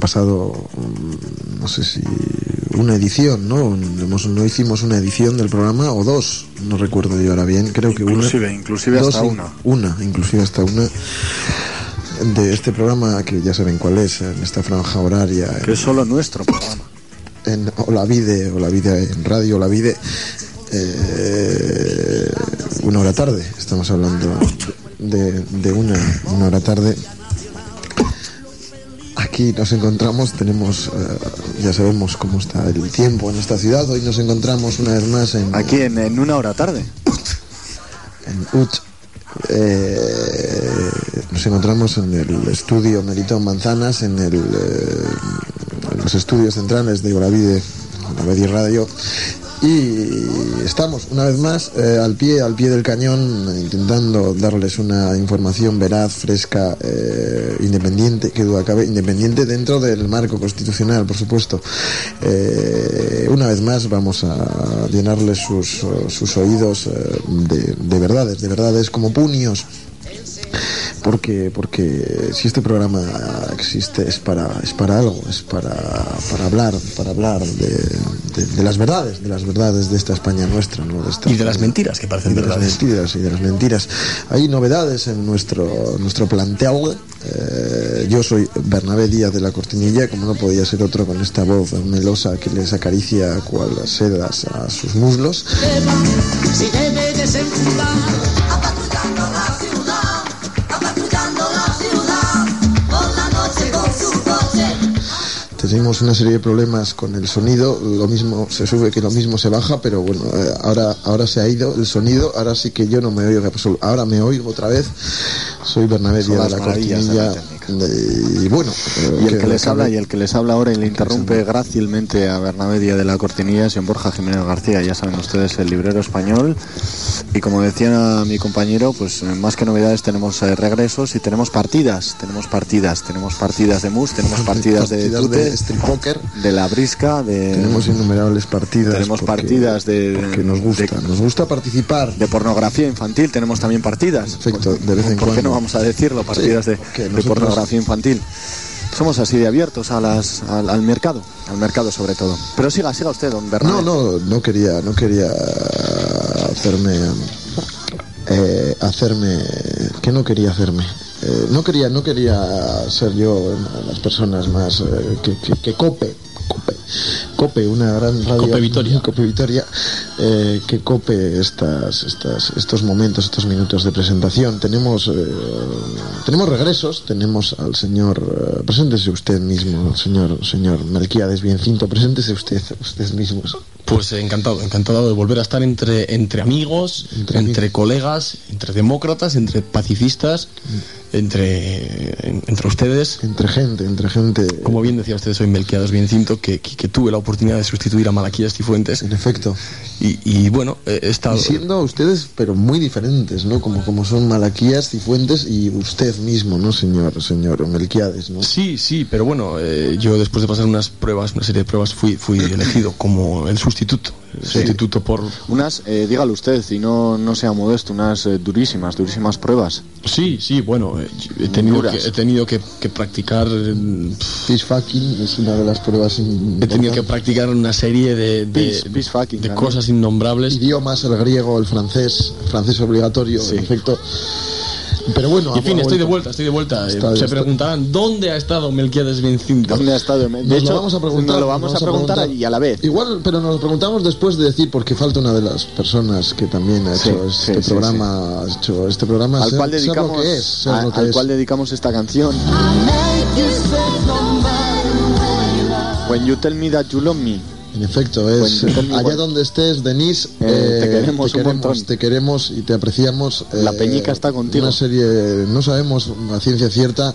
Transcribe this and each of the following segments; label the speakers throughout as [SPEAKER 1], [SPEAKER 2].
[SPEAKER 1] pasado, mm, no sé si una edición, ¿no? Hemos, no hicimos una edición del programa o dos, no recuerdo yo ahora bien, creo que
[SPEAKER 2] inclusive,
[SPEAKER 1] una.
[SPEAKER 2] Inclusive
[SPEAKER 1] dos,
[SPEAKER 2] hasta una.
[SPEAKER 1] Una, inclusive hasta una de este programa que ya saben cuál es, en esta franja horaria.
[SPEAKER 2] Que es solo nuestro programa.
[SPEAKER 1] En Olavide, Olavide en radio, Olavide, eh, una hora tarde, estamos hablando de, de una, una hora tarde. Aquí nos encontramos, tenemos, eh, ya sabemos cómo está el tiempo en esta ciudad, hoy nos encontramos una vez más en,
[SPEAKER 2] Aquí en, en una hora tarde.
[SPEAKER 1] en Uch. Eh, nos encontramos en el estudio Melitón Manzanas, en, el, eh, en los estudios centrales de Olavide, Olavide Radio. Y estamos una vez más eh, al pie, al pie del cañón, intentando darles una información veraz, fresca, eh, independiente, que duda cabe, independiente dentro del marco constitucional, por supuesto. Eh, una vez más vamos a llenarles sus, sus oídos eh, de, de verdades, de verdades como puños, porque porque si este programa existe es para es para algo es para, para hablar para hablar de, de- de las verdades de las verdades de esta España nuestra ¿no? de esta
[SPEAKER 3] Y de las
[SPEAKER 1] España-
[SPEAKER 3] mentiras, que parecen
[SPEAKER 1] y de las
[SPEAKER 3] verdades.
[SPEAKER 1] mentiras y de las mentiras hay novedades en nuestro nuestro plantel Eh, yo soy Bernabé Díaz de la Cortinilla como no podía ser otro con esta voz melosa que les acaricia cual sedas a sus muslos
[SPEAKER 4] Si debe desenfundar, apatrullando la ciudad, apatrullando la ciudad, por la noche con su coche.
[SPEAKER 1] Tenemos una serie de problemas con el sonido, lo mismo se sube que lo mismo se baja, pero bueno, eh, ahora, ahora se ha ido el sonido, ahora sí que yo no me oigo absolu- ahora me oigo otra vez. Soy Bernabé
[SPEAKER 2] Son
[SPEAKER 1] Díaz de
[SPEAKER 2] las
[SPEAKER 1] la
[SPEAKER 2] maravillas de
[SPEAKER 1] Cortinilla.
[SPEAKER 2] la
[SPEAKER 1] eh, y bueno, eh,
[SPEAKER 2] Y el que
[SPEAKER 1] no
[SPEAKER 2] les habla
[SPEAKER 1] cabe-
[SPEAKER 2] y el que les habla ahora y le interrumpe grácilmente a Bernabé Díaz de la Cortinilla es en Borja Jiménez García, ya saben ustedes, el librero español. Y como decía mi compañero, pues eh, más que novedades tenemos eh, regresos y tenemos partidas, tenemos partidas, tenemos partidas de mus, tenemos partidas de
[SPEAKER 1] partidas
[SPEAKER 2] tute,
[SPEAKER 1] de street poker.
[SPEAKER 2] de la brisca, de
[SPEAKER 1] Tenemos innumerables partidas.
[SPEAKER 2] Tenemos
[SPEAKER 1] porque-
[SPEAKER 2] partidas de-
[SPEAKER 1] Porque nos gusta,
[SPEAKER 2] de-
[SPEAKER 1] nos gusta participar.
[SPEAKER 2] de pornografía infantil tenemos también partidas.
[SPEAKER 1] Perfecto, de vez en
[SPEAKER 2] ¿Por qué
[SPEAKER 1] cuando.
[SPEAKER 2] no vamos a decirlo? Partidas
[SPEAKER 1] Sí,
[SPEAKER 2] de,
[SPEAKER 1] porque
[SPEAKER 2] de
[SPEAKER 1] nosotros-
[SPEAKER 2] pornografía infantil. Somos así de abiertos a las, al, al mercado, al mercado sobre todo. Pero siga, siga usted, don Bernardo.
[SPEAKER 1] No, no, no quería, no quería hacerme, eh, hacerme, que no quería hacerme. Eh, no quería, no quería ser yo una de las personas más eh, que, que- que cope, cope, cope una gran radio,
[SPEAKER 3] Cope Vitoria.
[SPEAKER 1] Cope Vitoria, eh, que cope estas, estas, estos momentos, estos minutos de presentación. Tenemos, eh, tenemos regresos, tenemos al señor, eh, preséntese usted mismo, señor, señor Melquiades Biencinto, preséntese usted, usted mismo.
[SPEAKER 3] Pues eh, encantado, encantado de volver a estar entre, entre amigos,
[SPEAKER 1] Entre
[SPEAKER 3] entre,
[SPEAKER 1] amigos.
[SPEAKER 3] colegas, entre demócratas, entre pacifistas, entre, en- entre ustedes.
[SPEAKER 1] Entre gente, entre gente.
[SPEAKER 3] Como bien decía usted, soy Melquiades Biencinto, que, que, que tuve la oportunidad de sustituir a Malaquías Cifuentes.
[SPEAKER 1] En efecto.
[SPEAKER 3] Y, y bueno, eh, he estado...
[SPEAKER 1] Y siendo ustedes, pero muy diferentes, ¿no? Como, como son Malaquías, Cifuentes y usted mismo, ¿no, señor, señor Melquiades, ¿no?
[SPEAKER 3] Sí, sí, pero bueno, eh, yo después de pasar unas pruebas, una serie de pruebas, fui, fui elegido como el sustituto. el Sustituto por...
[SPEAKER 2] Unas, eh, dígalo usted, y no, no sea modesto, unas eh, durísimas, durísimas pruebas.
[SPEAKER 3] Sí, sí, bueno, eh, he tenido,
[SPEAKER 2] Duras.
[SPEAKER 3] que, he tenido que, que practicar... eh,
[SPEAKER 1] Fish fucking es una de las pruebas.
[SPEAKER 3] He tenido que practicar una serie de, de,
[SPEAKER 2] Peace, peace fucking,
[SPEAKER 3] de
[SPEAKER 2] ¿no?
[SPEAKER 3] cosas innombrables.
[SPEAKER 1] idiomas, el griego, el francés, francés obligatorio,
[SPEAKER 2] Sí.
[SPEAKER 1] en efecto. Pero bueno,
[SPEAKER 3] Y en fin,
[SPEAKER 1] ha
[SPEAKER 3] estoy de
[SPEAKER 1] vuelto.
[SPEAKER 3] vuelta, estoy de vuelta. Eh,
[SPEAKER 1] Está-
[SPEAKER 3] Se
[SPEAKER 1] está-
[SPEAKER 3] preguntarán, ¿dónde ha estado Melquiades Bencinto?
[SPEAKER 2] ¿Dónde ha estado? De
[SPEAKER 1] Nos
[SPEAKER 2] hecho,
[SPEAKER 1] lo vamos a preguntar.
[SPEAKER 2] nos lo vamos a preguntar y a la vez.
[SPEAKER 1] Igual, pero nos lo preguntamos después de decir, porque falta una de las personas que también ha
[SPEAKER 2] Sí,
[SPEAKER 1] hecho
[SPEAKER 2] sí,
[SPEAKER 1] este
[SPEAKER 2] sí,
[SPEAKER 1] programa, ha hecho este programa,
[SPEAKER 2] Al
[SPEAKER 1] ser-
[SPEAKER 2] cual
[SPEAKER 1] ser
[SPEAKER 2] dedicamos,
[SPEAKER 1] lo que es, ser
[SPEAKER 2] a-
[SPEAKER 1] lo que
[SPEAKER 2] al
[SPEAKER 1] es.
[SPEAKER 2] cual dedicamos esta canción. When you tell me that you love me.
[SPEAKER 1] En efecto, es eh,
[SPEAKER 2] Bueno,
[SPEAKER 1] allá
[SPEAKER 2] Pues bueno.
[SPEAKER 1] donde estés, Denis,
[SPEAKER 2] Eh, te queremos
[SPEAKER 1] te
[SPEAKER 2] un
[SPEAKER 1] queremos,
[SPEAKER 2] montón.
[SPEAKER 1] te queremos y te apreciamos. eh,
[SPEAKER 2] La peñica está contigo.
[SPEAKER 1] Una serie, no sabemos a ciencia cierta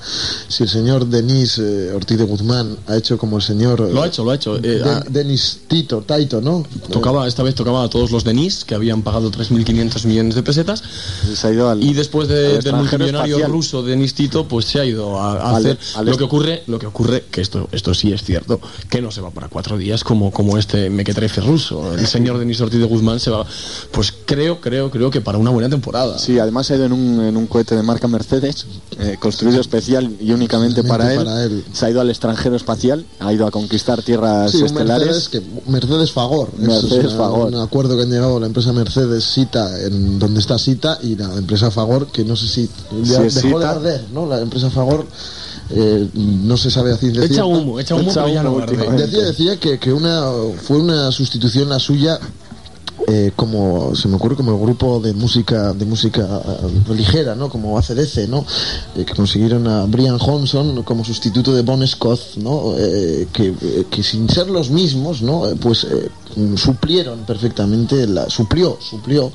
[SPEAKER 1] si el señor Denis eh, Ortiz de Guzmán ha hecho como el señor eh,
[SPEAKER 3] Lo ha hecho, lo ha hecho. Eh,
[SPEAKER 1] Den-
[SPEAKER 3] ah,
[SPEAKER 1] Denis Tito, Taito, ¿no?
[SPEAKER 3] tocaba, esta vez tocaba a todos los Denis, que habían pagado 3.500 millones de pesetas.
[SPEAKER 2] Pues Se ha ido al-
[SPEAKER 3] Y después de-
[SPEAKER 2] al
[SPEAKER 3] del
[SPEAKER 2] extranjero
[SPEAKER 3] multimillonario
[SPEAKER 2] espacial.
[SPEAKER 3] ruso Denis Tito, pues se ha ido a, a
[SPEAKER 2] Al-
[SPEAKER 3] hacer
[SPEAKER 2] al-
[SPEAKER 3] lo que ocurre, lo que ocurre, que esto, esto sí es cierto, que no se va para cuatro días como, como como este mequetrefe ruso. El señor Denis Ortiz de Guzmán se va, pues creo, creo, creo que para una buena temporada.
[SPEAKER 2] Sí, además ha ido en un, en un cohete de marca Mercedes, eh, construido especial y únicamente para él.
[SPEAKER 1] Para él.
[SPEAKER 2] Se ha ido al extranjero espacial, ha ido a conquistar tierras
[SPEAKER 1] Sí, un Mercedes,
[SPEAKER 2] estelares.
[SPEAKER 1] que, Mercedes Fagor. Eso
[SPEAKER 2] Mercedes
[SPEAKER 1] es una-
[SPEAKER 2] Fagor.
[SPEAKER 1] Un acuerdo que han llegado la empresa Mercedes Cita, en donde está Cita, y la empresa Fagor, que no sé si ya
[SPEAKER 2] Sí,
[SPEAKER 1] dejó
[SPEAKER 2] es
[SPEAKER 1] de
[SPEAKER 2] Cita.
[SPEAKER 1] arder, ¿no? La empresa Fagor eh, no se sabe a ciencia
[SPEAKER 3] Echa
[SPEAKER 1] cierta.
[SPEAKER 3] humo, echa humo,
[SPEAKER 2] Echa
[SPEAKER 3] pero ya
[SPEAKER 2] humo
[SPEAKER 3] no arde.
[SPEAKER 2] últimamente.
[SPEAKER 1] Decía, decía que, que una fue una sustitución la suya eh, como se me ocurre como el grupo de música de música eh, ligera no como ACDC no Eh, que consiguieron a Brian Johnson como sustituto de Bon Scott no Eh, que, eh, que sin ser los mismos no Eh, pues eh, mm, suplieron perfectamente la suplió suplió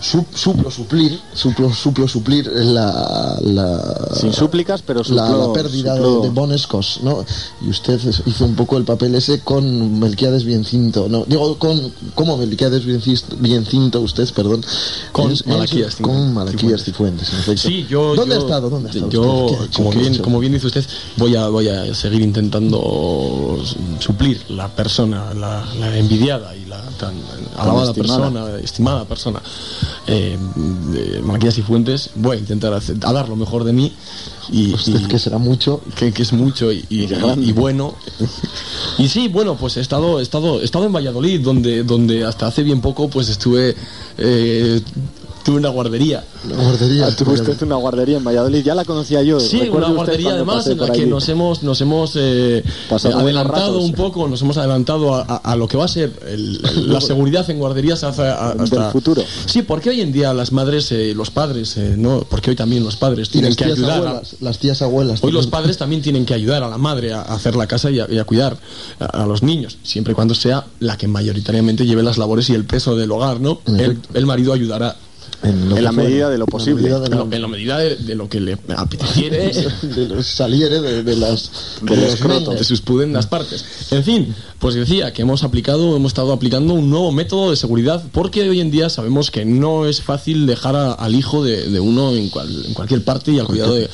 [SPEAKER 1] su- suplo suplir suplo, suplo suplir la, la
[SPEAKER 2] Sin súplicas, pero
[SPEAKER 1] ah, la,
[SPEAKER 2] supló-
[SPEAKER 1] la pérdida
[SPEAKER 2] supló-
[SPEAKER 1] de, de Bon Escos, ¿no? Y usted es- hizo un poco el papel ese con Melquiades Biencinto, ¿no? Digo, con, como Melquiades Biencis- Biencinto, usted, perdón.
[SPEAKER 3] Con
[SPEAKER 1] En- en su-
[SPEAKER 3] Malaquías Cifuentes.
[SPEAKER 1] Con Malaquías Cifuentes, en efecto.
[SPEAKER 3] Sí, yo.
[SPEAKER 1] ¿Dónde
[SPEAKER 3] yo-
[SPEAKER 1] ha estado? ¿Dónde ha estado
[SPEAKER 3] Yo,
[SPEAKER 1] usted? ¿Qué ha hecho?
[SPEAKER 3] como,
[SPEAKER 1] ¿Qué ha
[SPEAKER 3] bien,
[SPEAKER 1] hecho?
[SPEAKER 3] como bien dice usted, voy a, voy a seguir intentando suplir la persona, la, la envidiada y la tan alabada
[SPEAKER 2] estimada.
[SPEAKER 3] persona, estimada persona, eh, de Malaquías y Fuentes. Voy a intentar hacer- a dar lo mejor de mí y.
[SPEAKER 1] Usted
[SPEAKER 3] y-
[SPEAKER 1] que será mucho.
[SPEAKER 3] que, que es mucho y, y- y bueno. Y sí, bueno, pues he estado, he estado, he estado en Valladolid, donde, donde hasta hace bien poco pues estuve eh, tuve una guardería.
[SPEAKER 1] La guardería.
[SPEAKER 2] Ah, tuvo usted una guardería en Valladolid, ya la conocía yo.
[SPEAKER 3] Sí,
[SPEAKER 2] Pues recuerde
[SPEAKER 3] una
[SPEAKER 2] usted
[SPEAKER 3] guardería
[SPEAKER 2] cuando
[SPEAKER 3] además
[SPEAKER 2] pasé
[SPEAKER 3] en la
[SPEAKER 2] por
[SPEAKER 3] que
[SPEAKER 2] allí.
[SPEAKER 3] nos hemos, nos hemos eh,
[SPEAKER 2] Pasado buenos
[SPEAKER 3] adelantado
[SPEAKER 2] ratos.
[SPEAKER 3] un poco, nos hemos adelantado a, a- a lo que va a ser el- la seguridad en guarderías hasta,
[SPEAKER 2] Del futuro.
[SPEAKER 3] Sí, porque hoy en día las madres eh, y los padres, eh, no, porque hoy también los padres
[SPEAKER 1] Y
[SPEAKER 3] tienen
[SPEAKER 1] las
[SPEAKER 3] que
[SPEAKER 1] tías
[SPEAKER 3] ayudar. a-
[SPEAKER 1] abuelas. Las tías abuelas.
[SPEAKER 3] Hoy los
[SPEAKER 1] también.
[SPEAKER 3] padres también tienen que ayudar a la madre a a hacer la casa y a, y a cuidar a, a los niños, siempre y cuando sea la que mayoritariamente lleve las labores y el peso del hogar, ¿no? El, el marido ayudará
[SPEAKER 1] En, lo
[SPEAKER 2] en
[SPEAKER 1] que
[SPEAKER 2] la
[SPEAKER 1] fuera,
[SPEAKER 2] medida de lo
[SPEAKER 1] en la
[SPEAKER 2] posible.
[SPEAKER 1] medida de
[SPEAKER 3] en,
[SPEAKER 1] lo-
[SPEAKER 3] lo- en la medida de, de lo que le apeteciere
[SPEAKER 1] de los saliere de, de las
[SPEAKER 2] Del escroto.
[SPEAKER 1] menes.
[SPEAKER 3] de sus pudendas partes. En fin, pues decía que hemos aplicado, hemos estado aplicando un nuevo método de seguridad porque hoy en día sabemos que no es fácil dejar a- al hijo de, de uno en, cual- en cualquier parte y al cuidado de...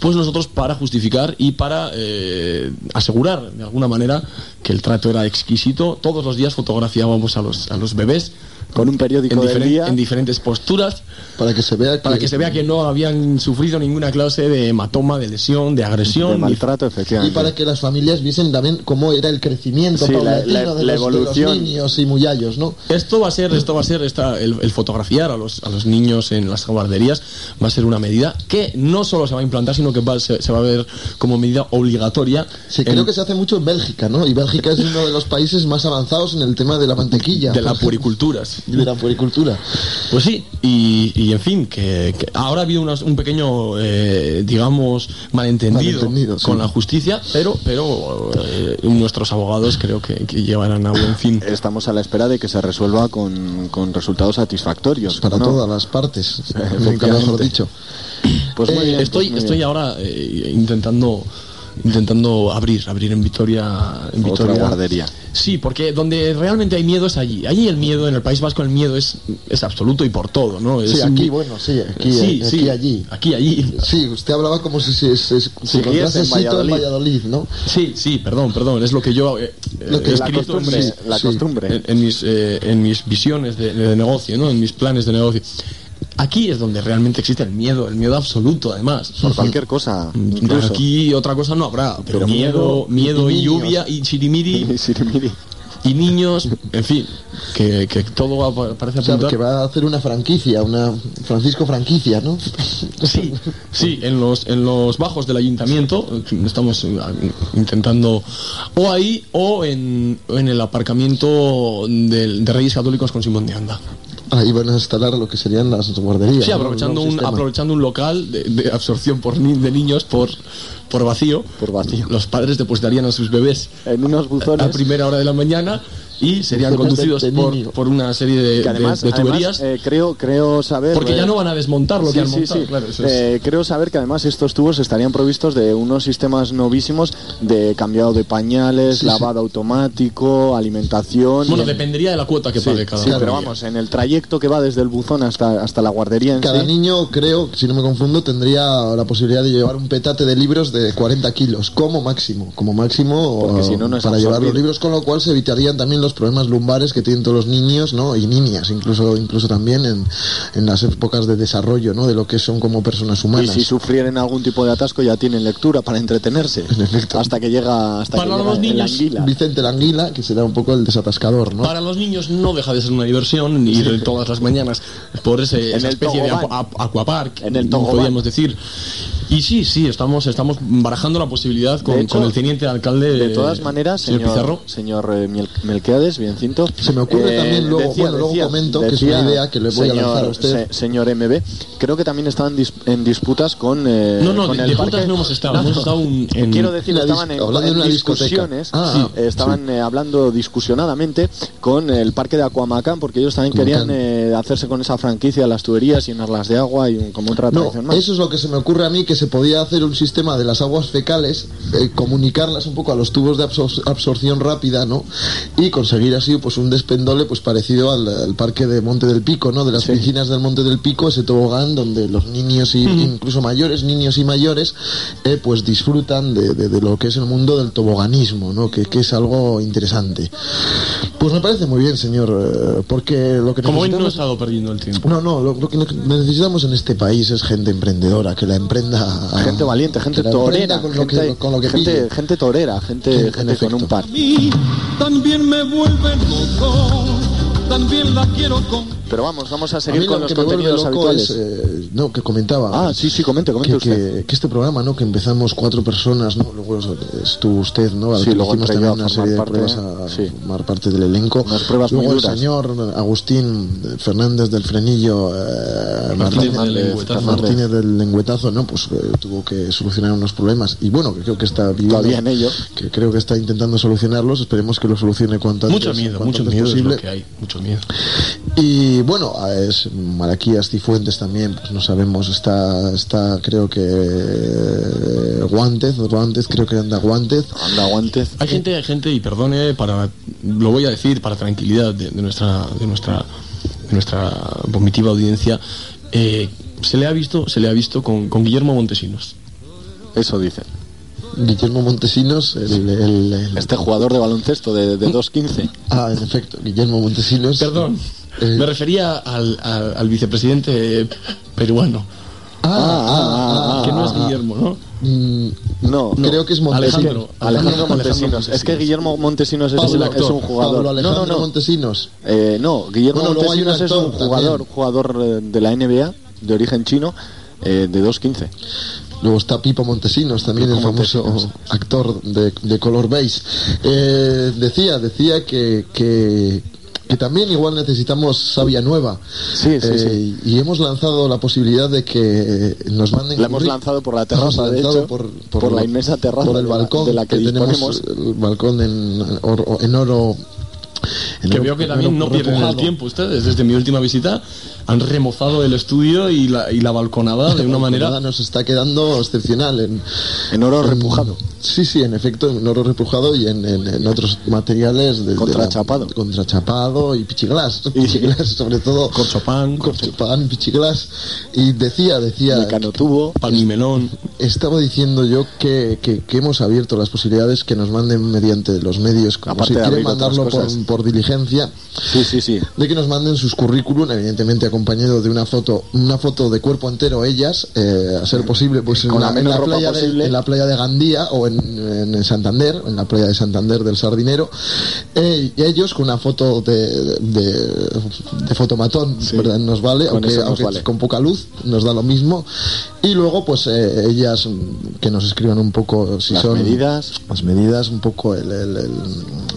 [SPEAKER 3] Pues nosotros para justificar y para eh, asegurar de alguna manera que el trato era exquisito, todos los días fotografiábamos a los, a los bebés.
[SPEAKER 2] Con un periódico
[SPEAKER 3] en,
[SPEAKER 2] del
[SPEAKER 3] diferen-
[SPEAKER 2] día.
[SPEAKER 3] en diferentes posturas
[SPEAKER 1] Para que se vea
[SPEAKER 3] para que se vea que no habían sufrido ninguna clase de hematoma, de lesión, de agresión,
[SPEAKER 2] de
[SPEAKER 3] ni-
[SPEAKER 2] maltrato,
[SPEAKER 1] Y
[SPEAKER 2] efectivamente.
[SPEAKER 1] para que las familias viesen también cómo era el crecimiento
[SPEAKER 2] Sí, la-
[SPEAKER 1] paulatino
[SPEAKER 2] la-
[SPEAKER 1] de,
[SPEAKER 2] la
[SPEAKER 1] los, de los
[SPEAKER 2] evolución.
[SPEAKER 1] niños y muyallos, ¿no?
[SPEAKER 3] Esto va a ser, esto va a ser esta, el, el fotografiar a los, a los niños en las guarderías va a ser una medida que no solo se va a implantar, sino que va- se, se va a ver como medida obligatoria.
[SPEAKER 1] Sí,
[SPEAKER 3] en-
[SPEAKER 1] creo que se hace mucho en Bélgica, ¿no? Y Bélgica es uno de los países más avanzados en el tema de la mantequilla.
[SPEAKER 3] de la
[SPEAKER 1] por ejemplo,
[SPEAKER 3] puricultura.
[SPEAKER 1] y de la puricultura.
[SPEAKER 3] Pues sí, y, y en fin, que, que ahora ha habido unas- un pequeño, eh, digamos, malentendido,
[SPEAKER 1] Malentendido, sí.
[SPEAKER 3] con la justicia, pero, pero eh, nuestros abogados creo que, que llevarán a buen fin.
[SPEAKER 2] Estamos a la espera de que se resuelva con, con resultados satisfactorios.
[SPEAKER 1] Para
[SPEAKER 2] ¿no?
[SPEAKER 1] todas las partes. Nunca mejor
[SPEAKER 2] Efectivamente.
[SPEAKER 1] dicho.
[SPEAKER 2] Pues muy
[SPEAKER 3] Eh,
[SPEAKER 2] bien,
[SPEAKER 3] estoy,
[SPEAKER 2] pues muy
[SPEAKER 3] estoy
[SPEAKER 2] bien.
[SPEAKER 3] ahora eh, intentando intentando abrir, abrir en Vitoria, en
[SPEAKER 2] Otra
[SPEAKER 3] Vitoria.
[SPEAKER 2] guardería.
[SPEAKER 3] Sí, porque donde realmente hay miedo es allí. Allí el miedo, en el País Vasco el miedo es, es absoluto y por todo, ¿no? Es
[SPEAKER 1] Sí, aquí,
[SPEAKER 3] un-
[SPEAKER 1] bueno, sí, aquí,
[SPEAKER 3] Sí,
[SPEAKER 1] eh,
[SPEAKER 3] sí,
[SPEAKER 1] aquí, allí.
[SPEAKER 3] Aquí, allí.
[SPEAKER 1] Sí, usted hablaba como si se se- se encontrase
[SPEAKER 2] en
[SPEAKER 1] Sito en
[SPEAKER 2] Valladolid.
[SPEAKER 1] Valladolid, ¿no?
[SPEAKER 3] Sí, sí, perdón, perdón, es lo que yo eh,
[SPEAKER 1] Lo que-
[SPEAKER 3] he
[SPEAKER 1] la
[SPEAKER 2] La
[SPEAKER 3] escrito en
[SPEAKER 2] costumbre,
[SPEAKER 3] mis-
[SPEAKER 2] la
[SPEAKER 1] sí.
[SPEAKER 2] costumbre.
[SPEAKER 3] en, en mis, eh, en mis visiones de, de negocio, ¿no? en mis planes de negocio. Aquí es donde realmente existe el miedo, el miedo absoluto además.
[SPEAKER 2] Por cualquier cosa,
[SPEAKER 3] Pero
[SPEAKER 2] incluso.
[SPEAKER 3] aquí otra cosa no habrá, pero,
[SPEAKER 2] Pero
[SPEAKER 3] miedo,
[SPEAKER 1] miedo
[SPEAKER 3] miedo
[SPEAKER 1] y
[SPEAKER 3] y lluvia y chirimiri
[SPEAKER 2] Sirimiri.
[SPEAKER 3] y niños, en fin, que, que todo va, a- parece
[SPEAKER 1] O sea,
[SPEAKER 3] apuntar.
[SPEAKER 1] que va a hacer una franquicia, una Francisco franquicia, ¿no?
[SPEAKER 3] Sí, sí, en los en los bajos del ayuntamiento eh, estamos eh, intentando o ahí o en, en el aparcamiento del- de Reyes Católicos con Simón de Anda.
[SPEAKER 1] Ahí van a instalar lo que serían las guarderías.
[SPEAKER 3] Sí,
[SPEAKER 1] ¿no?
[SPEAKER 3] aprovechando
[SPEAKER 1] Un
[SPEAKER 3] un
[SPEAKER 1] sistema.
[SPEAKER 3] aprovechando un local de, de absorción por ni- de niños por por vacío.
[SPEAKER 2] Por vacío.
[SPEAKER 3] Los padres depositarían a sus bebés
[SPEAKER 2] En unos
[SPEAKER 3] a
[SPEAKER 2] buzones.
[SPEAKER 3] primera hora de la mañana y serían
[SPEAKER 1] Siempre
[SPEAKER 3] conducidos
[SPEAKER 1] desde
[SPEAKER 3] por,
[SPEAKER 1] niño.
[SPEAKER 3] por una serie de,
[SPEAKER 2] Que
[SPEAKER 3] de-
[SPEAKER 2] además,
[SPEAKER 3] de tuberías.
[SPEAKER 2] además, eh, creo, creo saber.
[SPEAKER 3] porque ya
[SPEAKER 2] eh,
[SPEAKER 3] no van a desmontar lo que han montado. Claro, eso es.
[SPEAKER 2] Eh, creo saber que además estos tubos estarían provistos de unos sistemas novísimos de cambiado de pañales, lavado automático, alimentación.
[SPEAKER 3] bueno,
[SPEAKER 2] y-
[SPEAKER 3] dependería de la cuota que pague cada
[SPEAKER 2] sí,
[SPEAKER 3] uno.
[SPEAKER 2] pero vamos, en el trayecto que va desde el buzón hasta, hasta la guardería en
[SPEAKER 1] Cada
[SPEAKER 2] sí,
[SPEAKER 1] niño, creo, si no me confundo, tendría la posibilidad de llevar un petate de libros de 40 kilos, como máximo, como máximo
[SPEAKER 2] Porque
[SPEAKER 1] o-
[SPEAKER 2] si no, no es
[SPEAKER 1] para llevar los
[SPEAKER 2] absorbido.
[SPEAKER 1] libros, con lo cual se evitarían también los problemas lumbares que tienen todos los niños, ¿no? Y niñas, incluso, incluso también en, en las épocas de desarrollo, ¿no? De lo que son como personas
[SPEAKER 2] Y
[SPEAKER 1] humanas.
[SPEAKER 2] si sufrieren algún tipo de atasco ya tienen lectura para entretenerse. Hasta que llega hasta que
[SPEAKER 3] Para
[SPEAKER 2] llega
[SPEAKER 3] los
[SPEAKER 2] el
[SPEAKER 3] niños.
[SPEAKER 2] anguila.
[SPEAKER 1] Vicente la anguila, que será un poco el desatascador, ¿no?
[SPEAKER 3] Para los niños no deja de ser una diversión ir todas las mañanas por ese,
[SPEAKER 2] En
[SPEAKER 3] esa
[SPEAKER 2] el
[SPEAKER 3] especie de
[SPEAKER 2] tobogán.
[SPEAKER 3] aqua- aquapark,
[SPEAKER 2] En el tobogán.
[SPEAKER 3] podríamos decir. Y sí, sí, estamos, estamos barajando la posibilidad con,
[SPEAKER 2] hecho,
[SPEAKER 3] con el teniente alcalde.
[SPEAKER 1] Eh,
[SPEAKER 2] De todas maneras,
[SPEAKER 3] señor
[SPEAKER 2] señor,
[SPEAKER 3] Pizarro.
[SPEAKER 2] señor eh, Miel- Melquiades, Eh, Biencinto.
[SPEAKER 1] Se me ocurre también luego- bueno, luego comento que es una idea que le voy a
[SPEAKER 2] señor,
[SPEAKER 1] lanzar a usted.
[SPEAKER 2] se- señor MB, creo que también estaban dis- en disputas con. eh,
[SPEAKER 3] No, no,
[SPEAKER 2] con
[SPEAKER 3] de-
[SPEAKER 2] el
[SPEAKER 3] de juntas
[SPEAKER 2] parque.
[SPEAKER 3] no hemos estado, hemos estado un- en-
[SPEAKER 2] Quiero decir,
[SPEAKER 1] Una dis-
[SPEAKER 2] estaban en,
[SPEAKER 1] hablando de
[SPEAKER 2] en
[SPEAKER 1] una discoteca.
[SPEAKER 2] discusiones.
[SPEAKER 1] Ah,
[SPEAKER 2] sí, estaban eh, hablando discusionadamente con el parque de Aquamacán, porque ellos también querían
[SPEAKER 1] Macán.
[SPEAKER 2] eh, hacerse con esa franquicia, las tuberías, llenarlas de agua y un- como otra
[SPEAKER 1] No,
[SPEAKER 2] tradición más.
[SPEAKER 1] eso es lo que se me ocurre a mí, que se podía hacer un sistema de las aguas fecales, eh, comunicarlas un poco a los tubos de absor- absorción rápida, ¿no? Y conseguir así pues un despendole pues parecido al, al parque de Monte del Pico, ¿no? De las piscinas del Monte del Pico, ese tobogán donde los niños
[SPEAKER 2] Mm.
[SPEAKER 1] y incluso mayores, niños y mayores, eh, pues disfrutan de, de- de lo que es el mundo del toboganismo, ¿no? Que, que es algo interesante. Pues me parece muy bien, señor, eh, porque lo que
[SPEAKER 3] Como ven, no he
[SPEAKER 1] necesitamos-
[SPEAKER 3] estado perdiendo el tiempo.
[SPEAKER 1] no, no, lo, lo que necesitamos en este país es gente emprendedora, que la emprenda.
[SPEAKER 2] Gente valiente, gente
[SPEAKER 1] Ah, que la emprenda
[SPEAKER 2] torera,
[SPEAKER 1] Con lo
[SPEAKER 2] gente-
[SPEAKER 1] que, con lo que
[SPEAKER 2] gente,
[SPEAKER 1] pille.
[SPEAKER 2] gente torera,
[SPEAKER 1] Sí,
[SPEAKER 2] gente,
[SPEAKER 1] en
[SPEAKER 2] gente con un
[SPEAKER 1] efecto.
[SPEAKER 2] par.
[SPEAKER 5] mí también me vuelve loco, también la quiero con...
[SPEAKER 2] Pero vamos, vamos
[SPEAKER 1] A
[SPEAKER 2] a
[SPEAKER 1] mí
[SPEAKER 2] seguir
[SPEAKER 1] lo
[SPEAKER 2] con
[SPEAKER 1] que
[SPEAKER 2] los
[SPEAKER 1] me vuelve
[SPEAKER 2] contenidos
[SPEAKER 1] loco
[SPEAKER 2] habituales.
[SPEAKER 1] es, eh, no, que comentaba.
[SPEAKER 2] Ah, sí, sí, comente, comente
[SPEAKER 1] Que,
[SPEAKER 2] usted.
[SPEAKER 1] que- que este programa, ¿no? Que empezamos cuatro personas, ¿no? Luego estuvo usted, ¿no? Al
[SPEAKER 2] Sí,
[SPEAKER 1] que
[SPEAKER 2] luego
[SPEAKER 1] hicimos
[SPEAKER 2] entré
[SPEAKER 1] también
[SPEAKER 2] yo a
[SPEAKER 1] una
[SPEAKER 2] formar
[SPEAKER 1] serie de
[SPEAKER 2] parte,
[SPEAKER 1] pruebas a
[SPEAKER 2] sí.
[SPEAKER 1] formar parte del elenco.
[SPEAKER 2] Unas pruebas
[SPEAKER 1] luego
[SPEAKER 2] muy
[SPEAKER 1] el
[SPEAKER 2] duras.
[SPEAKER 1] señor Agustín eh, Fernández del Frenillo, eh, Martínez,
[SPEAKER 3] del Lengüetazo.
[SPEAKER 1] Martínez del Lengüetazo, ¿no? Pues eh, tuvo que solucionar unos problemas. Y bueno, que creo que está viviendo-
[SPEAKER 2] Todavía en ello.
[SPEAKER 1] Que creo que está intentando solucionarlos. Esperemos que lo solucione cuanto antes.
[SPEAKER 3] Mucho miedo,
[SPEAKER 1] cuanto
[SPEAKER 3] mucho
[SPEAKER 1] antes
[SPEAKER 3] miedo es
[SPEAKER 1] posible.
[SPEAKER 3] lo que hay, mucho miedo.
[SPEAKER 1] Y bueno, a- es Malaquías Cifuentes también, pues no sabemos, está, está creo que eh, Guantes, Guantes, creo que anda Guantes.
[SPEAKER 2] Anda, guantes.
[SPEAKER 3] Hay gente, hay gente, y perdone, para lo voy a decir para tranquilidad de, de nuestra de nuestra de nuestra vomitiva audiencia, eh, se le ha visto, se le ha visto con, con Guillermo Montesinos.
[SPEAKER 2] Eso dicen.
[SPEAKER 1] Guillermo Montesinos, el, el- el-
[SPEAKER 2] Este jugador de baloncesto de, de 2'15.
[SPEAKER 1] Ah, en efecto, Guillermo Montesinos.
[SPEAKER 3] Perdón,
[SPEAKER 1] Eh,
[SPEAKER 3] me refería al, al- al vicepresidente eh, peruano,
[SPEAKER 1] ah, ah, ah,
[SPEAKER 3] que no es
[SPEAKER 1] ah, ah.
[SPEAKER 3] Guillermo, ¿no?
[SPEAKER 1] Mm,
[SPEAKER 2] No,
[SPEAKER 1] no, creo que es Montesinos.
[SPEAKER 3] Alejandro,
[SPEAKER 2] Alejandro Montesinos. Es que Guillermo Montesinos es,
[SPEAKER 3] Pablo,
[SPEAKER 2] un-
[SPEAKER 3] actor.
[SPEAKER 2] es un jugador.
[SPEAKER 1] Pablo Alejandro
[SPEAKER 2] no, no, no.
[SPEAKER 1] Montesinos.
[SPEAKER 2] Eh, no, Guillermo
[SPEAKER 1] Bueno, luego hay un
[SPEAKER 2] Montesinos es
[SPEAKER 1] actor
[SPEAKER 2] un jugador,
[SPEAKER 1] también.
[SPEAKER 2] jugador eh, de la NBA de origen chino eh, de 2'15.
[SPEAKER 1] Luego está Pipo Montesinos, también
[SPEAKER 2] Pipo
[SPEAKER 1] el famoso
[SPEAKER 2] Montesinos.
[SPEAKER 1] actor de, de color beige. Eh, decía, decía que, que, que también igual necesitamos savia nueva. Eh,
[SPEAKER 2] Sí, sí, sí.
[SPEAKER 1] Y hemos lanzado la posibilidad de que eh, nos manden...
[SPEAKER 2] La hemos
[SPEAKER 1] curri-
[SPEAKER 2] lanzado por la terraza,
[SPEAKER 1] Hemos
[SPEAKER 2] de
[SPEAKER 1] lanzado
[SPEAKER 2] hecho,
[SPEAKER 1] por,
[SPEAKER 2] por la inmensa terraza
[SPEAKER 1] por el
[SPEAKER 2] de la-
[SPEAKER 1] balcón
[SPEAKER 2] de la que
[SPEAKER 1] tenemos,
[SPEAKER 2] disponemos.
[SPEAKER 1] el balcón en oro... En oro en
[SPEAKER 3] Que
[SPEAKER 1] oro-
[SPEAKER 3] veo que
[SPEAKER 1] en
[SPEAKER 3] también
[SPEAKER 1] oro
[SPEAKER 3] no pierden el
[SPEAKER 1] repujado.
[SPEAKER 3] tiempo ustedes. Desde mi última visita han remozado el estudio y la, y la balconada de una
[SPEAKER 1] Nada,
[SPEAKER 3] manera
[SPEAKER 1] nos está quedando excepcional en,
[SPEAKER 2] En oro
[SPEAKER 1] en-
[SPEAKER 2] repujado.
[SPEAKER 1] Mm. Sí, sí, en efecto, en oro repujado y en, en- en otros materiales de- de la-
[SPEAKER 2] Contrachapado.
[SPEAKER 1] contrachapado y pichiglas, pichiglas sobre todo
[SPEAKER 3] corchopan,
[SPEAKER 1] corchopan, pichiglas y decía, decía
[SPEAKER 2] El canotubo.
[SPEAKER 3] palmimelón.
[SPEAKER 1] estaba diciendo yo que, que- que hemos abierto las posibilidades que nos manden mediante los medios, como si
[SPEAKER 2] Aparte de
[SPEAKER 1] quieren
[SPEAKER 2] abrir otras
[SPEAKER 1] mandarlo
[SPEAKER 2] cosas.
[SPEAKER 1] por, por diligencia,
[SPEAKER 2] Sí, sí, sí.
[SPEAKER 1] de que nos manden sus currículum, evidentemente acompañado de una foto, una foto de cuerpo entero ellas, eh, a ser posible, pues en,
[SPEAKER 2] Con la
[SPEAKER 1] la, en
[SPEAKER 2] menos
[SPEAKER 1] la
[SPEAKER 2] ropa
[SPEAKER 1] playa de,
[SPEAKER 2] posible.
[SPEAKER 1] en la playa de Gandía o en, en Santander, en la playa de Santander del Sardinero, eh, y ellos con una foto de, de, de fotomatón, ¿verdad? Nos vale,
[SPEAKER 2] con
[SPEAKER 1] aunque,
[SPEAKER 2] eso nos
[SPEAKER 1] aunque
[SPEAKER 2] vale.
[SPEAKER 1] con poca luz, nos da lo mismo. Y luego, pues eh, ellas mm, que nos escriban un poco si
[SPEAKER 2] Las
[SPEAKER 1] son
[SPEAKER 2] medidas.
[SPEAKER 1] las medidas, un poco el, el- el-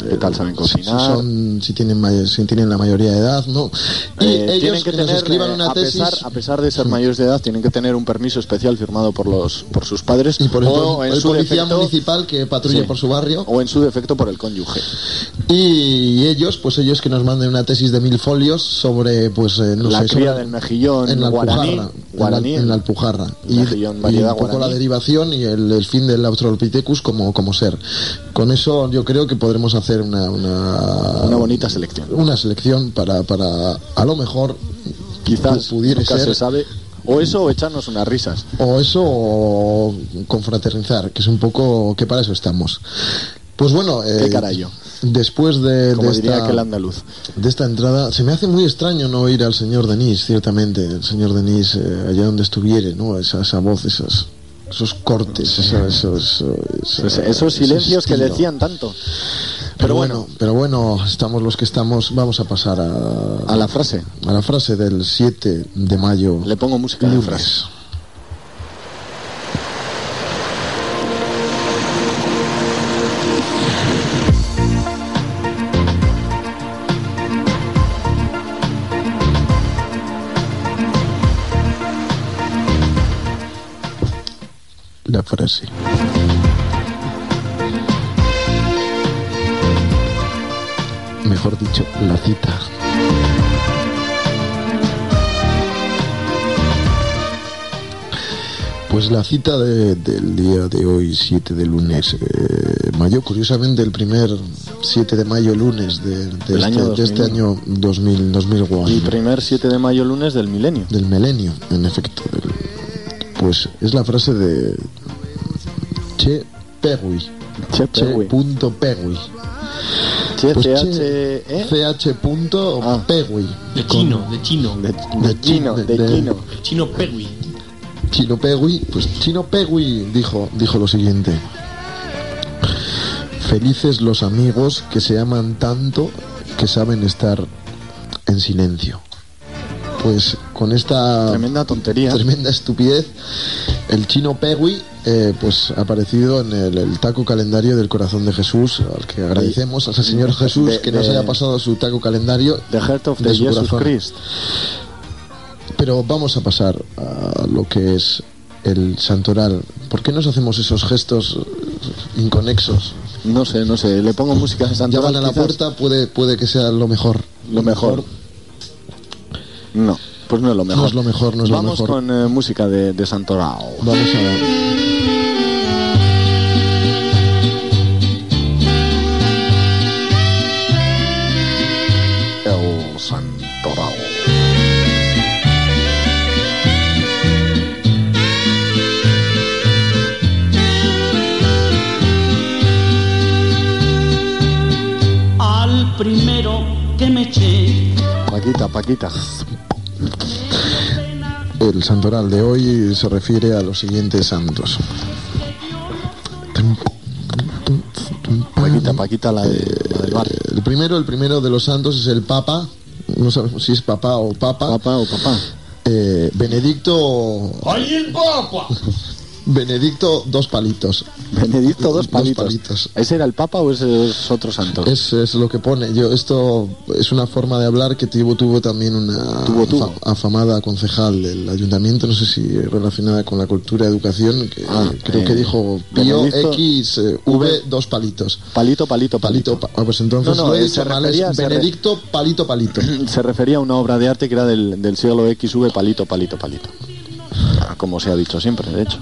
[SPEAKER 2] ¿Qué tal saben cocinar?
[SPEAKER 1] Si, son- si tienen, may- si tienen la mayoría de edad, ¿no? Y
[SPEAKER 2] Eh,
[SPEAKER 1] ellos que, nos escriban
[SPEAKER 2] eh,
[SPEAKER 1] una
[SPEAKER 2] a
[SPEAKER 1] tesis.
[SPEAKER 2] pesar, a pesar de ser mayores de edad, tienen que tener un permiso especial firmado por los por sus padres
[SPEAKER 1] Y por el
[SPEAKER 2] o
[SPEAKER 1] pol-
[SPEAKER 2] en
[SPEAKER 1] el
[SPEAKER 2] su
[SPEAKER 1] policía
[SPEAKER 2] defecto,
[SPEAKER 1] municipal que patrulle
[SPEAKER 2] Sí.
[SPEAKER 1] por su barrio.
[SPEAKER 2] O en su defecto por el cónyuge.
[SPEAKER 1] Y ellos, pues ellos que nos manden una tesis de mil folios sobre, pues, eh, no
[SPEAKER 2] la
[SPEAKER 1] sé,
[SPEAKER 2] cría
[SPEAKER 1] sobre-
[SPEAKER 2] del mejillón
[SPEAKER 1] en la
[SPEAKER 2] guaraní.
[SPEAKER 1] Alpujarra,
[SPEAKER 2] guaraní. ¿eh?
[SPEAKER 1] en la, en la Alpujarra y,
[SPEAKER 2] Mejillón,
[SPEAKER 1] y
[SPEAKER 2] variedad
[SPEAKER 1] un poco
[SPEAKER 2] guaraní.
[SPEAKER 1] la derivación y el, el fin del Australopithecus como, como ser. Con eso yo creo que podremos hacer una una,
[SPEAKER 2] Una bonita selección.
[SPEAKER 1] una selección para, para a lo mejor
[SPEAKER 2] Quizás
[SPEAKER 1] pu- pudiera
[SPEAKER 2] nunca
[SPEAKER 1] ser
[SPEAKER 2] se sabe. O eso o echarnos unas risas.
[SPEAKER 1] o eso o confraternizar, que es un poco que para eso estamos. Pues bueno, eh,
[SPEAKER 2] carayo.
[SPEAKER 1] después de,
[SPEAKER 2] Como
[SPEAKER 1] de
[SPEAKER 2] diría
[SPEAKER 1] esta,
[SPEAKER 2] aquel andaluz.
[SPEAKER 1] de esta entrada, se me hace muy extraño no oír al señor Denis, ciertamente, el señor Denis, eh, allá donde estuviere, ¿no? Esa, esa voz, esas, esos cortes, esa- esos, eh, esa-
[SPEAKER 2] Pues esos
[SPEAKER 1] ese
[SPEAKER 2] silencios que
[SPEAKER 1] estilo.
[SPEAKER 2] decían tanto.
[SPEAKER 1] Pero, bueno, pero bueno, estamos los que estamos, vamos a pasar a,
[SPEAKER 2] A la frase.
[SPEAKER 1] a la frase del 7 de mayo.
[SPEAKER 2] Le pongo música a la
[SPEAKER 1] lunes.
[SPEAKER 2] frase.
[SPEAKER 1] La frase. Mejor dicho, la cita. Pues la cita de- del día de hoy, 7 de lunes, eh, mayo, curiosamente el primer 7 de mayo lunes de, de
[SPEAKER 2] Del
[SPEAKER 1] este,
[SPEAKER 2] año
[SPEAKER 1] de este
[SPEAKER 2] 2000.
[SPEAKER 1] año 2000, 2001
[SPEAKER 2] El primer 7 de mayo lunes del milenio.
[SPEAKER 1] del milenio, en efecto. del- pues es la frase de Che Perui.
[SPEAKER 2] Che
[SPEAKER 1] Che
[SPEAKER 2] Perui.
[SPEAKER 1] punto Perui.
[SPEAKER 2] Che,
[SPEAKER 1] Pues
[SPEAKER 2] CH,
[SPEAKER 1] che-
[SPEAKER 2] ¿eh?
[SPEAKER 1] CH punto
[SPEAKER 2] Ah.
[SPEAKER 1] Perui.
[SPEAKER 3] De chino, de chino.
[SPEAKER 2] De,
[SPEAKER 1] de
[SPEAKER 2] de chino,
[SPEAKER 1] chin-
[SPEAKER 2] de
[SPEAKER 1] de-
[SPEAKER 2] chino.
[SPEAKER 3] El chino Pegui.
[SPEAKER 1] Chino Pegui, pues Chino Pegui dijo, dijo lo siguiente. Felices los amigos que se aman tanto que saben estar en silencio. Pues con esta
[SPEAKER 2] Tremenda tontería.
[SPEAKER 1] tremenda estupidez, el chino Pegui eh, pues ha aparecido en el, el taco calendario del corazón de Jesús, al que agradecemos al Señor Jesús
[SPEAKER 2] de-
[SPEAKER 1] que nos
[SPEAKER 2] de-
[SPEAKER 1] haya pasado su taco calendario
[SPEAKER 2] The Heart of the
[SPEAKER 1] de su
[SPEAKER 2] Jesus
[SPEAKER 1] corazón.
[SPEAKER 2] Christ.
[SPEAKER 1] Pero vamos a pasar a lo que es el santoral. ¿Por qué nos hacemos esos gestos eh, inconexos?
[SPEAKER 2] No sé, no sé. Le pongo música de Santa
[SPEAKER 1] Llaman a la puerta, puede, puede que sea lo mejor.
[SPEAKER 2] Lo mejor. No, pues no es lo mejor.
[SPEAKER 1] No es lo mejor, no es lo
[SPEAKER 2] Vamos
[SPEAKER 1] mejor.
[SPEAKER 2] con eh, música de, de Santorao.
[SPEAKER 1] Vamos a...
[SPEAKER 2] El Santorao.
[SPEAKER 5] Al primero que me eché,
[SPEAKER 2] Paquita, Paquita.
[SPEAKER 1] El santoral de hoy se refiere a los siguientes santos.
[SPEAKER 2] Paquita, Paquita, la, de- la del bar.
[SPEAKER 1] El primero, el primero de los santos es el Papa. No sabemos si es papá o papa.
[SPEAKER 2] Papá o papá.
[SPEAKER 1] Eh, Benedicto. Benedicto dos palitos.
[SPEAKER 2] Benedicto, dos
[SPEAKER 1] Dos
[SPEAKER 2] palitos.
[SPEAKER 1] palitos.
[SPEAKER 2] ¿Ese era el Papa o ese es otro santo?
[SPEAKER 1] Es, es lo que pone. Yo esto es una forma de hablar que tuvo tuvo también una
[SPEAKER 2] Tuvo, tuvo.
[SPEAKER 1] afa- afamada concejal del ayuntamiento, no sé si relacionada con la cultura educación, que
[SPEAKER 2] Ah,
[SPEAKER 1] eh, creo
[SPEAKER 2] eh,
[SPEAKER 1] que dijo Pío
[SPEAKER 2] Benedicto
[SPEAKER 1] X eh, V dos palitos.
[SPEAKER 2] Palito, palito, palito.
[SPEAKER 1] Palito, pa- ah, pues entonces
[SPEAKER 2] No, no,
[SPEAKER 1] lo he
[SPEAKER 2] eh,
[SPEAKER 1] dicho
[SPEAKER 2] se
[SPEAKER 1] mal,
[SPEAKER 2] refería-
[SPEAKER 1] es
[SPEAKER 2] se re-
[SPEAKER 1] Benedicto palito palito.
[SPEAKER 2] Se refería a una obra de arte que era del, del siglo XV, palito, palito, palito. Ah, Como se ha dicho siempre, de hecho.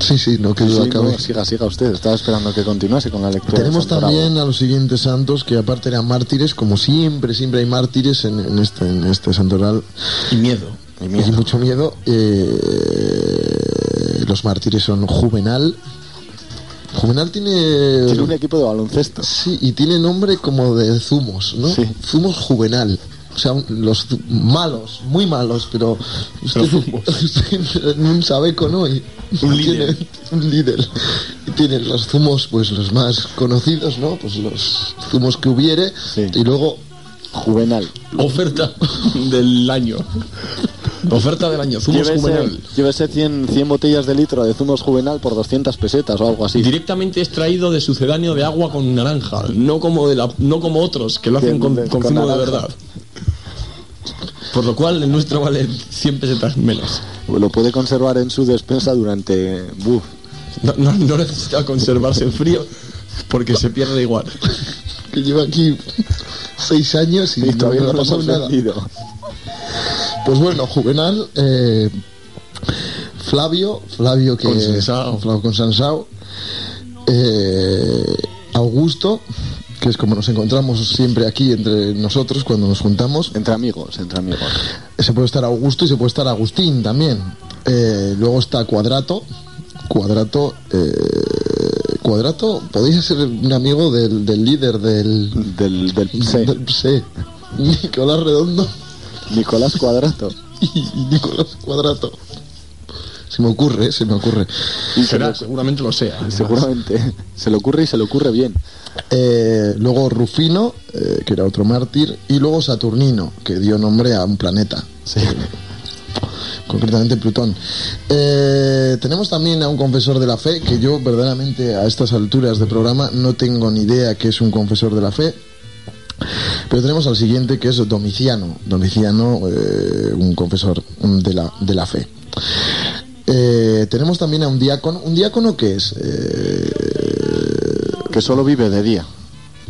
[SPEAKER 1] Sí, sí, no que
[SPEAKER 2] Sí,
[SPEAKER 1] duda
[SPEAKER 2] no,
[SPEAKER 1] cabe.
[SPEAKER 2] siga, siga usted. Estaba esperando que continuase con la lectura. de
[SPEAKER 1] Tenemos
[SPEAKER 2] San Bravo.
[SPEAKER 1] también a los siguientes santos que aparte eran mártires, como siempre, siempre hay mártires en, en este, en este santoral.
[SPEAKER 3] Y miedo.
[SPEAKER 2] Y
[SPEAKER 1] Y
[SPEAKER 2] miedo.
[SPEAKER 1] mucho miedo. eh, los mártires son Juvenal. Juvenal tiene...
[SPEAKER 2] Tiene un equipo de baloncesto.
[SPEAKER 1] Sí, y tiene nombre como de zumos, ¿no?
[SPEAKER 2] Sí.
[SPEAKER 1] Zumos Juvenal. O sea, un- los zu- malos, muy malos, pero usted, usted en un sabeco, ¿no? Y
[SPEAKER 3] Un
[SPEAKER 1] tiene-
[SPEAKER 3] líder.
[SPEAKER 1] un líder. Y tiene los zumos, pues los más conocidos, ¿no? Pues los zumos que hubiere.
[SPEAKER 2] Sí.
[SPEAKER 1] Y luego
[SPEAKER 2] Juvenal.
[SPEAKER 3] Oferta del año. Oferta del año. Zumos
[SPEAKER 2] Llévese,
[SPEAKER 3] juvenil.
[SPEAKER 2] llévese 100, 100 botellas de litro de zumos juvenal por 200 pesetas o algo así.
[SPEAKER 3] Directamente extraído de sucedáneo de agua con naranja. No como, de la, no como otros que lo hacen
[SPEAKER 2] Bien,
[SPEAKER 3] con,
[SPEAKER 2] de-
[SPEAKER 3] con
[SPEAKER 2] con
[SPEAKER 3] zumo de
[SPEAKER 2] naranja.
[SPEAKER 3] verdad. Por lo cual, el nuestro vale 100 pesetas menos.
[SPEAKER 2] Lo puede conservar en su despensa durante... buf,
[SPEAKER 3] No, no- no necesita conservarse en frío porque se pierde igual.
[SPEAKER 1] Que lleva aquí seis años y,
[SPEAKER 2] y todavía no
[SPEAKER 1] le
[SPEAKER 2] lo
[SPEAKER 1] ha pasado
[SPEAKER 2] hemos
[SPEAKER 1] nada.
[SPEAKER 2] vendido.
[SPEAKER 1] Pues bueno, Juvenal, eh, Flavio, Flavio que
[SPEAKER 3] Consensao.
[SPEAKER 1] Flavio Consensao, eh, Augusto, que es como nos encontramos siempre aquí entre nosotros cuando nos juntamos.
[SPEAKER 2] Entre amigos, entre amigos.
[SPEAKER 1] Se puede estar Augusto y se puede estar Agustín también. Eh, luego está Cuadrato, Cuadrato, eh, Cuadrato, podéis ser un amigo del, del líder del,
[SPEAKER 2] Del, del sí.
[SPEAKER 1] del PSE, Nicolás Redondo.
[SPEAKER 2] Nicolás Cuadrato.
[SPEAKER 1] y Nicolás Cuadrato. Se me ocurre, ¿eh? se me ocurre.
[SPEAKER 2] Y se
[SPEAKER 3] Será,
[SPEAKER 2] le-
[SPEAKER 3] seguramente lo sea.
[SPEAKER 2] seguramente. Se le ocurre y se le ocurre bien.
[SPEAKER 1] Eh, luego Rufino, eh, que era otro mártir, y luego Saturnino, que dio nombre a un planeta, Eh,
[SPEAKER 2] Sí.
[SPEAKER 1] concretamente Plutón. Eh, tenemos también a un confesor de la fe, que yo verdaderamente a estas alturas de programa no tengo ni idea que es un confesor de la fe. Pero tenemos al siguiente que es Domiciano, Domiciano, eh, un confesor de la, de la fe. Eh, tenemos también a un diácono, un diácono que es Eh,
[SPEAKER 2] Que solo vive de día.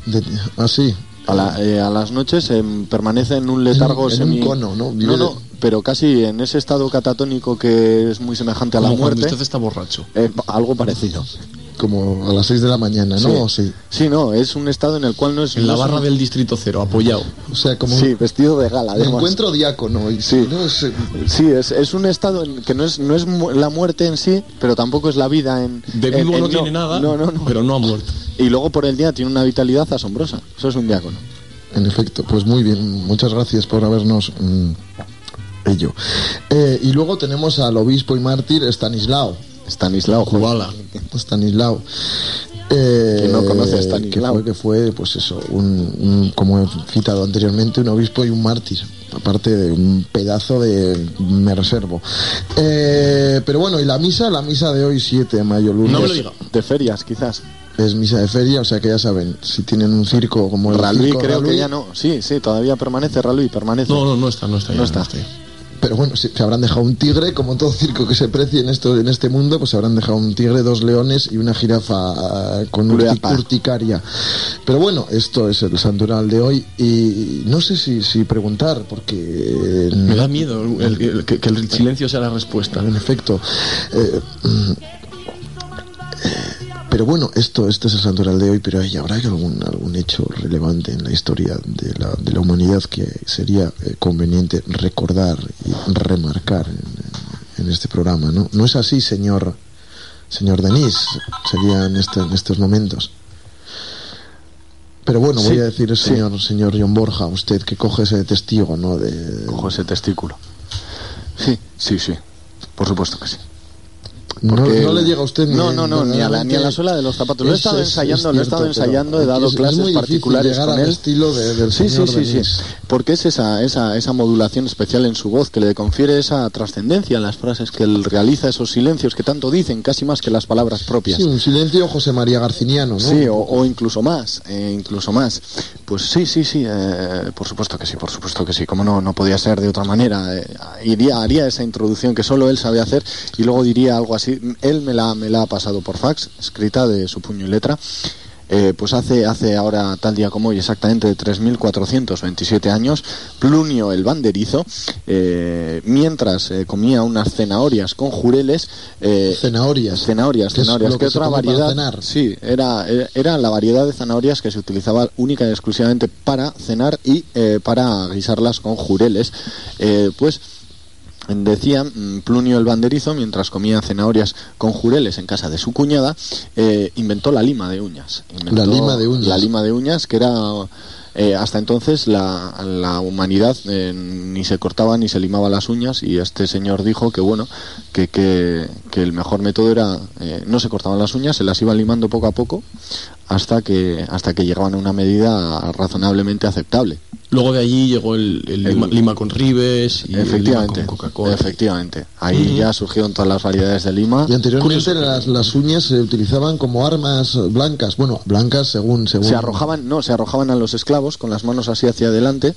[SPEAKER 1] de- ah, sí.
[SPEAKER 2] A, la- eh, a las noches em, permanece en un letargo
[SPEAKER 1] En un- en un
[SPEAKER 2] semi-
[SPEAKER 1] cono, ¿no? Vive
[SPEAKER 2] no,
[SPEAKER 1] de-
[SPEAKER 2] pero casi en ese estado catatónico que es muy semejante a la
[SPEAKER 3] Como cuando
[SPEAKER 2] muerte.
[SPEAKER 3] usted está borracho.
[SPEAKER 2] Eh, pa- algo parecido.
[SPEAKER 1] como a las 6 de la mañana, ¿no? Sí.
[SPEAKER 2] Sí, no, es un estado en el cual no es.
[SPEAKER 3] En la
[SPEAKER 2] no es
[SPEAKER 3] barra
[SPEAKER 2] un-
[SPEAKER 3] del Distrito Cero, apoyado.
[SPEAKER 1] O sea, como
[SPEAKER 2] Sí, vestido de gala.
[SPEAKER 1] me
[SPEAKER 2] además.
[SPEAKER 1] encuentro diácono. Y,
[SPEAKER 2] Sí.
[SPEAKER 1] ¿no? Es, eh,
[SPEAKER 2] Sí, es, es un estado en que no es, no es mu- la muerte en sí, pero tampoco es la vida en.
[SPEAKER 3] De
[SPEAKER 2] en-
[SPEAKER 3] vivo
[SPEAKER 2] en
[SPEAKER 3] no tiene nada,
[SPEAKER 2] Eh, No, no, no.
[SPEAKER 3] pero no ha muerto.
[SPEAKER 2] Y luego por el día tiene una vitalidad asombrosa. Eso es un diácono.
[SPEAKER 1] En efecto, pues muy bien. Muchas gracias por habernos... mm, ello. Eh, y luego tenemos al obispo y mártir Stanislao.
[SPEAKER 2] Stanislao
[SPEAKER 3] Kubala.
[SPEAKER 1] Stanislao. Eh,
[SPEAKER 2] Que no conoce a
[SPEAKER 1] que
[SPEAKER 2] Stanislao.
[SPEAKER 1] fue, que fue, pues eso, un, un- como he citado anteriormente, un obispo y un mártir, aparte de un pedazo de me reservo. Eh, pero bueno, y la misa, la misa de hoy 7 de mayo, lunes.
[SPEAKER 3] No me lo diga.
[SPEAKER 2] De ferias, quizás.
[SPEAKER 1] Es misa de feria, o sea que ya saben, si tienen un circo como el
[SPEAKER 2] Ralui
[SPEAKER 1] circo
[SPEAKER 2] creo que
[SPEAKER 1] Ralui,
[SPEAKER 2] ya no. Sí, sí, todavía permanece Ralui, permanece.
[SPEAKER 3] No, no, no está, no está. ya,
[SPEAKER 2] No está.
[SPEAKER 1] Pero bueno, si- se habrán dejado un tigre, como todo circo que se precie en esto en este mundo, pues se habrán dejado un tigre, dos leones y una jirafa ah, con urti-
[SPEAKER 2] Culapa.
[SPEAKER 1] urticaria. Pero bueno, esto es el santural de hoy y no sé si, si preguntar, porque... eh,
[SPEAKER 3] Me da miedo el- el- que, que el silencio sea la respuesta.
[SPEAKER 1] en efecto. eh, mm, pero bueno, esto, este es el santoral de hoy, pero ¿hay, ¿habrá algún, algún hecho relevante en la historia de la, de la humanidad que sería eh, conveniente recordar y remarcar en, en este programa? ¿no? no es así, señor, señor Denis, sería en, este- en estos momentos. Pero bueno, voy
[SPEAKER 2] Sí,
[SPEAKER 1] a decir,
[SPEAKER 2] sí.
[SPEAKER 1] señor, señor John Borja, usted que coge ese testigo, ¿no? De,
[SPEAKER 2] Cojo ese testículo. Sí, sí, sí. Por supuesto que sí.
[SPEAKER 1] No,
[SPEAKER 2] este- Porque-
[SPEAKER 1] Pues no le llega a usted ni,
[SPEAKER 2] eh, No, no, no, ni a la- ni a la suela de los zapatos. Lo he
[SPEAKER 1] Es-
[SPEAKER 2] estado
[SPEAKER 1] es-
[SPEAKER 2] ensayando,
[SPEAKER 1] es
[SPEAKER 2] lo he estado
[SPEAKER 1] cierto,
[SPEAKER 2] ensayando,
[SPEAKER 1] pero
[SPEAKER 2] he dado
[SPEAKER 1] es- es
[SPEAKER 2] clares
[SPEAKER 1] muy difícil
[SPEAKER 2] particulares
[SPEAKER 1] llegar
[SPEAKER 2] con
[SPEAKER 1] al
[SPEAKER 2] él.
[SPEAKER 1] estilo de- del
[SPEAKER 2] sí,
[SPEAKER 1] señor
[SPEAKER 2] sí, sí,
[SPEAKER 1] Denis.
[SPEAKER 2] sí. Porque es esa, esa, esa modulación especial en su voz que le confiere esa trascendencia en las frases que él realiza, esos silencios que tanto dicen, casi más que las palabras propias.
[SPEAKER 1] Sí, un silencio José María Garciniano, ¿no?
[SPEAKER 2] Sí, o, o incluso más, eh, incluso más. Pues sí, sí, sí, eh, por supuesto que sí, por supuesto que sí. Como no, no podía ser de otra manera, eh, iría, haría esa introducción que solo él sabe hacer y luego diría algo así. Él me la, me la ha pasado por fax, escrita de su puño y letra. Eh, pues hace, hace ahora, tal día como hoy, exactamente 3.427 años, Plunio el banderizo, eh, mientras eh, comía unas zanahorias con jureles, eh,
[SPEAKER 1] Cenahorias.
[SPEAKER 2] Zanahorias,
[SPEAKER 1] Que es
[SPEAKER 2] zanahorias,
[SPEAKER 1] lo
[SPEAKER 2] que
[SPEAKER 1] que se
[SPEAKER 2] otra
[SPEAKER 1] come para
[SPEAKER 2] variedad.
[SPEAKER 1] cenar.
[SPEAKER 2] Sí, era, era- era la variedad de zanahorias que se utilizaba única y exclusivamente para cenar y eh, para guisarlas con jureles. Eh, pues decía mm, Plunio el banderizo, mientras comía zanahorias con jureles en casa de su cuñada, eh, inventó la lima de uñas. Inventó
[SPEAKER 1] La lima de uñas.
[SPEAKER 2] La lima de uñas, que era. eh, hasta entonces la, la humanidad eh, ni se cortaba ni se limaba las uñas y este señor dijo que bueno que, que, que el mejor método era eh, no se cortaban las uñas se las iban limando poco a poco hasta que hasta que llegaban a una medida razonablemente aceptable
[SPEAKER 3] Luego de allí llegó el, el
[SPEAKER 2] El-
[SPEAKER 3] lima, lima con ribes y el lima
[SPEAKER 2] efectivamente
[SPEAKER 3] con Coca-Cola.
[SPEAKER 2] efectivamente ahí
[SPEAKER 3] Mm.
[SPEAKER 2] ya surgieron todas las variedades de lima
[SPEAKER 1] Y anteriormente
[SPEAKER 3] Curioso.
[SPEAKER 1] las, las uñas se utilizaban como armas blancas. Bueno, blancas según... según
[SPEAKER 2] se arrojaban no se arrojaban a los esclavos con las manos así hacia adelante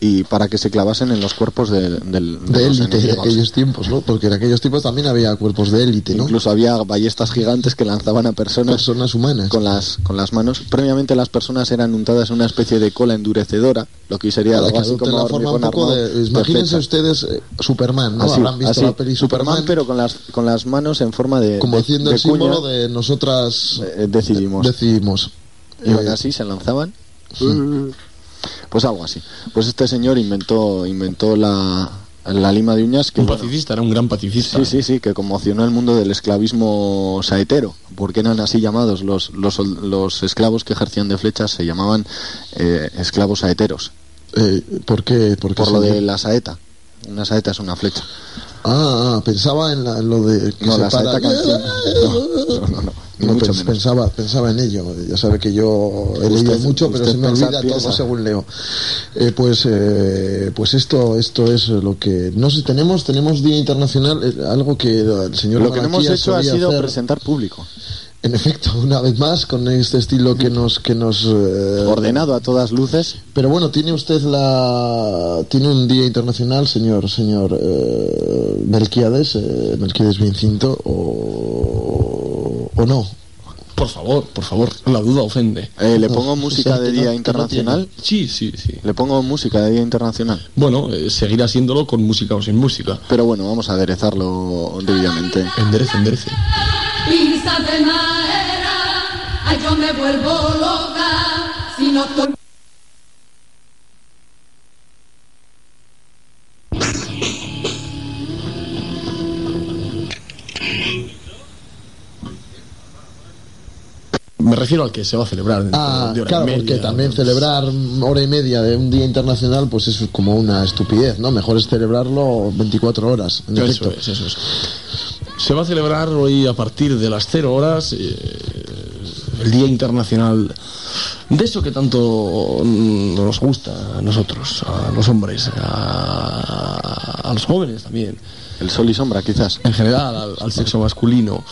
[SPEAKER 2] y para que se clavasen en los cuerpos del- del-
[SPEAKER 1] De
[SPEAKER 2] los
[SPEAKER 1] élite de
[SPEAKER 2] enemigos.
[SPEAKER 1] aquellos tiempos, ¿no? Porque en aquellos tiempos también había cuerpos de élite, ¿no?
[SPEAKER 2] Incluso había ballestas gigantes que lanzaban a personas
[SPEAKER 1] Personas humanas.
[SPEAKER 2] con las con las manos. Previamente las personas eran untadas en una especie de cola endurecedora, lo que sería
[SPEAKER 1] Para
[SPEAKER 2] algo
[SPEAKER 1] que
[SPEAKER 2] así
[SPEAKER 1] adopten
[SPEAKER 2] como
[SPEAKER 1] la forma un
[SPEAKER 2] hormigón
[SPEAKER 1] poco
[SPEAKER 2] armado
[SPEAKER 1] de...
[SPEAKER 2] de
[SPEAKER 1] Imagínense
[SPEAKER 2] flecha.
[SPEAKER 1] ustedes eh, Superman, ¿no?
[SPEAKER 2] Así,
[SPEAKER 1] Habrán visto
[SPEAKER 2] así.
[SPEAKER 1] la peli Superman,
[SPEAKER 2] pero con las con las manos en forma de
[SPEAKER 1] como
[SPEAKER 2] de-
[SPEAKER 1] haciendo
[SPEAKER 2] de
[SPEAKER 1] el símbolo
[SPEAKER 2] cuña,
[SPEAKER 1] de nosotras
[SPEAKER 2] eh, decidimos.
[SPEAKER 1] decidimos.
[SPEAKER 2] y
[SPEAKER 1] Eh,
[SPEAKER 2] ahora así se lanzaban. Pues algo así. Pues este señor inventó inventó la, la lima de uñas que
[SPEAKER 3] Un
[SPEAKER 2] bueno,
[SPEAKER 3] pacifista, era un gran pacifista.
[SPEAKER 2] Sí, sí, sí, que conmocionó el mundo del esclavismo saetero, porque eran así llamados los, los, sol- los esclavos que ejercían de flechas, se llamaban eh, esclavos saeteros,
[SPEAKER 1] eh, ¿Por qué? ¿Por, qué
[SPEAKER 2] por
[SPEAKER 1] se
[SPEAKER 2] lo
[SPEAKER 1] llama?
[SPEAKER 2] de la saeta. Una saeta es una flecha.
[SPEAKER 1] Ah, ah, pensaba en, la- en lo de que
[SPEAKER 2] No,
[SPEAKER 1] se
[SPEAKER 2] la
[SPEAKER 1] para-
[SPEAKER 2] saeta canción. No, no, no, no, ni
[SPEAKER 1] No,
[SPEAKER 2] mucho
[SPEAKER 1] pens-
[SPEAKER 2] menos.
[SPEAKER 1] pensaba, pensaba en ello. Ya sabe que yo he
[SPEAKER 2] Usted-
[SPEAKER 1] leído mucho, pero
[SPEAKER 2] usted
[SPEAKER 1] se me
[SPEAKER 2] pensar
[SPEAKER 1] olvida
[SPEAKER 2] piensa.
[SPEAKER 1] todo según leo. Eh, pues, eh, pues esto, esto es lo que no sé. Tenemos, tenemos día internacional, eh, algo que el señor.
[SPEAKER 2] Lo que no hemos
[SPEAKER 1] Malaquías
[SPEAKER 2] hecho ha
[SPEAKER 1] solía
[SPEAKER 2] sido
[SPEAKER 1] hacer.
[SPEAKER 2] presentar público,
[SPEAKER 1] En efecto, una vez más con este estilo que nos, que nos. eh,
[SPEAKER 2] ordenado a todas luces.
[SPEAKER 1] Pero bueno, tiene usted la tiene un día internacional, señor señor eh, Melquiades, eh, Melquiades Vincinto o o no.
[SPEAKER 3] Por favor, por favor, la duda ofende.
[SPEAKER 2] Eh, le
[SPEAKER 1] No,
[SPEAKER 2] pongo
[SPEAKER 1] o sea,
[SPEAKER 2] música
[SPEAKER 1] que
[SPEAKER 2] de
[SPEAKER 1] no-
[SPEAKER 2] Día
[SPEAKER 1] que no
[SPEAKER 2] Internacional.
[SPEAKER 3] Sí, sí, sí.
[SPEAKER 2] Le pongo música de Día Internacional.
[SPEAKER 3] Bueno, eh, seguir haciéndolo con música o sin música.
[SPEAKER 2] Pero bueno, vamos a aderezarlo debidamente.
[SPEAKER 3] Enderece, enderece.
[SPEAKER 6] Instante maera, ay yo me vuelvo loca, si no to-
[SPEAKER 3] Me refiero al que se va a celebrar. dentro
[SPEAKER 1] Ah,
[SPEAKER 3] de hora y
[SPEAKER 1] claro, porque
[SPEAKER 3] media,
[SPEAKER 1] también
[SPEAKER 3] ¿no?
[SPEAKER 1] celebrar hora y media de un día internacional pues eso es como una estupidez, ¿no? Mejor es celebrarlo 24 horas, en
[SPEAKER 3] Eso
[SPEAKER 1] efecto.
[SPEAKER 3] es, eso es. Se va a celebrar hoy a partir de las 0 horas eh, el Día Internacional de eso que tanto mm, nos gusta a nosotros, a los hombres, a, a los jóvenes también,
[SPEAKER 2] El sol y sombra, quizás.
[SPEAKER 3] en general al, al sexo masculino.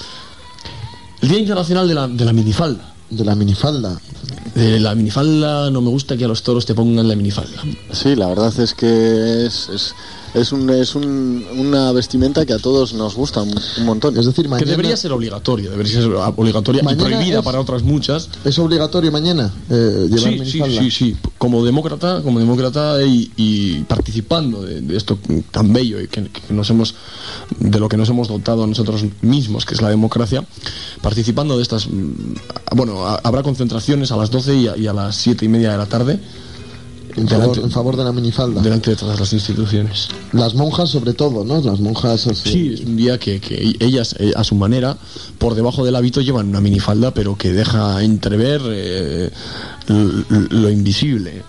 [SPEAKER 3] El Día Internacional de la, de la minifalda.
[SPEAKER 1] De la minifalda.
[SPEAKER 3] De la minifalda no me gusta que a los toros te pongan la minifalda.
[SPEAKER 2] Sí, la verdad es que es, es, es un, es un- una vestimenta que a todos nos gusta un, un montón.
[SPEAKER 1] Es decir, mañana
[SPEAKER 3] Que debería ser obligatoria, debería ser obligatoria y
[SPEAKER 1] Mañana
[SPEAKER 3] prohibida
[SPEAKER 1] es-
[SPEAKER 3] para otras muchas.
[SPEAKER 1] es obligatorio mañana eh, llevar
[SPEAKER 3] Sí, sí,
[SPEAKER 1] minifalda.
[SPEAKER 3] sí, sí. Como demócrata, como demócrata y, y participando de, de esto tan bello y que, que nos hemos, de lo que nos hemos dotado a nosotros mismos, que es la democracia, participando de estas, mm, bueno, ha- habrá concentraciones a las 12 y a, y a las 7 y media de la tarde
[SPEAKER 1] En, favor,
[SPEAKER 3] delante,
[SPEAKER 1] en favor de la minifalda.
[SPEAKER 3] delante de todas las instituciones.
[SPEAKER 1] Las monjas sobre todo, ¿no? Las monjas eh, así.
[SPEAKER 3] Sí, es un día que, que ellas, eh, a su manera, por debajo del hábito llevan una minifalda, pero que deja entrever eh, l- l- lo invisible.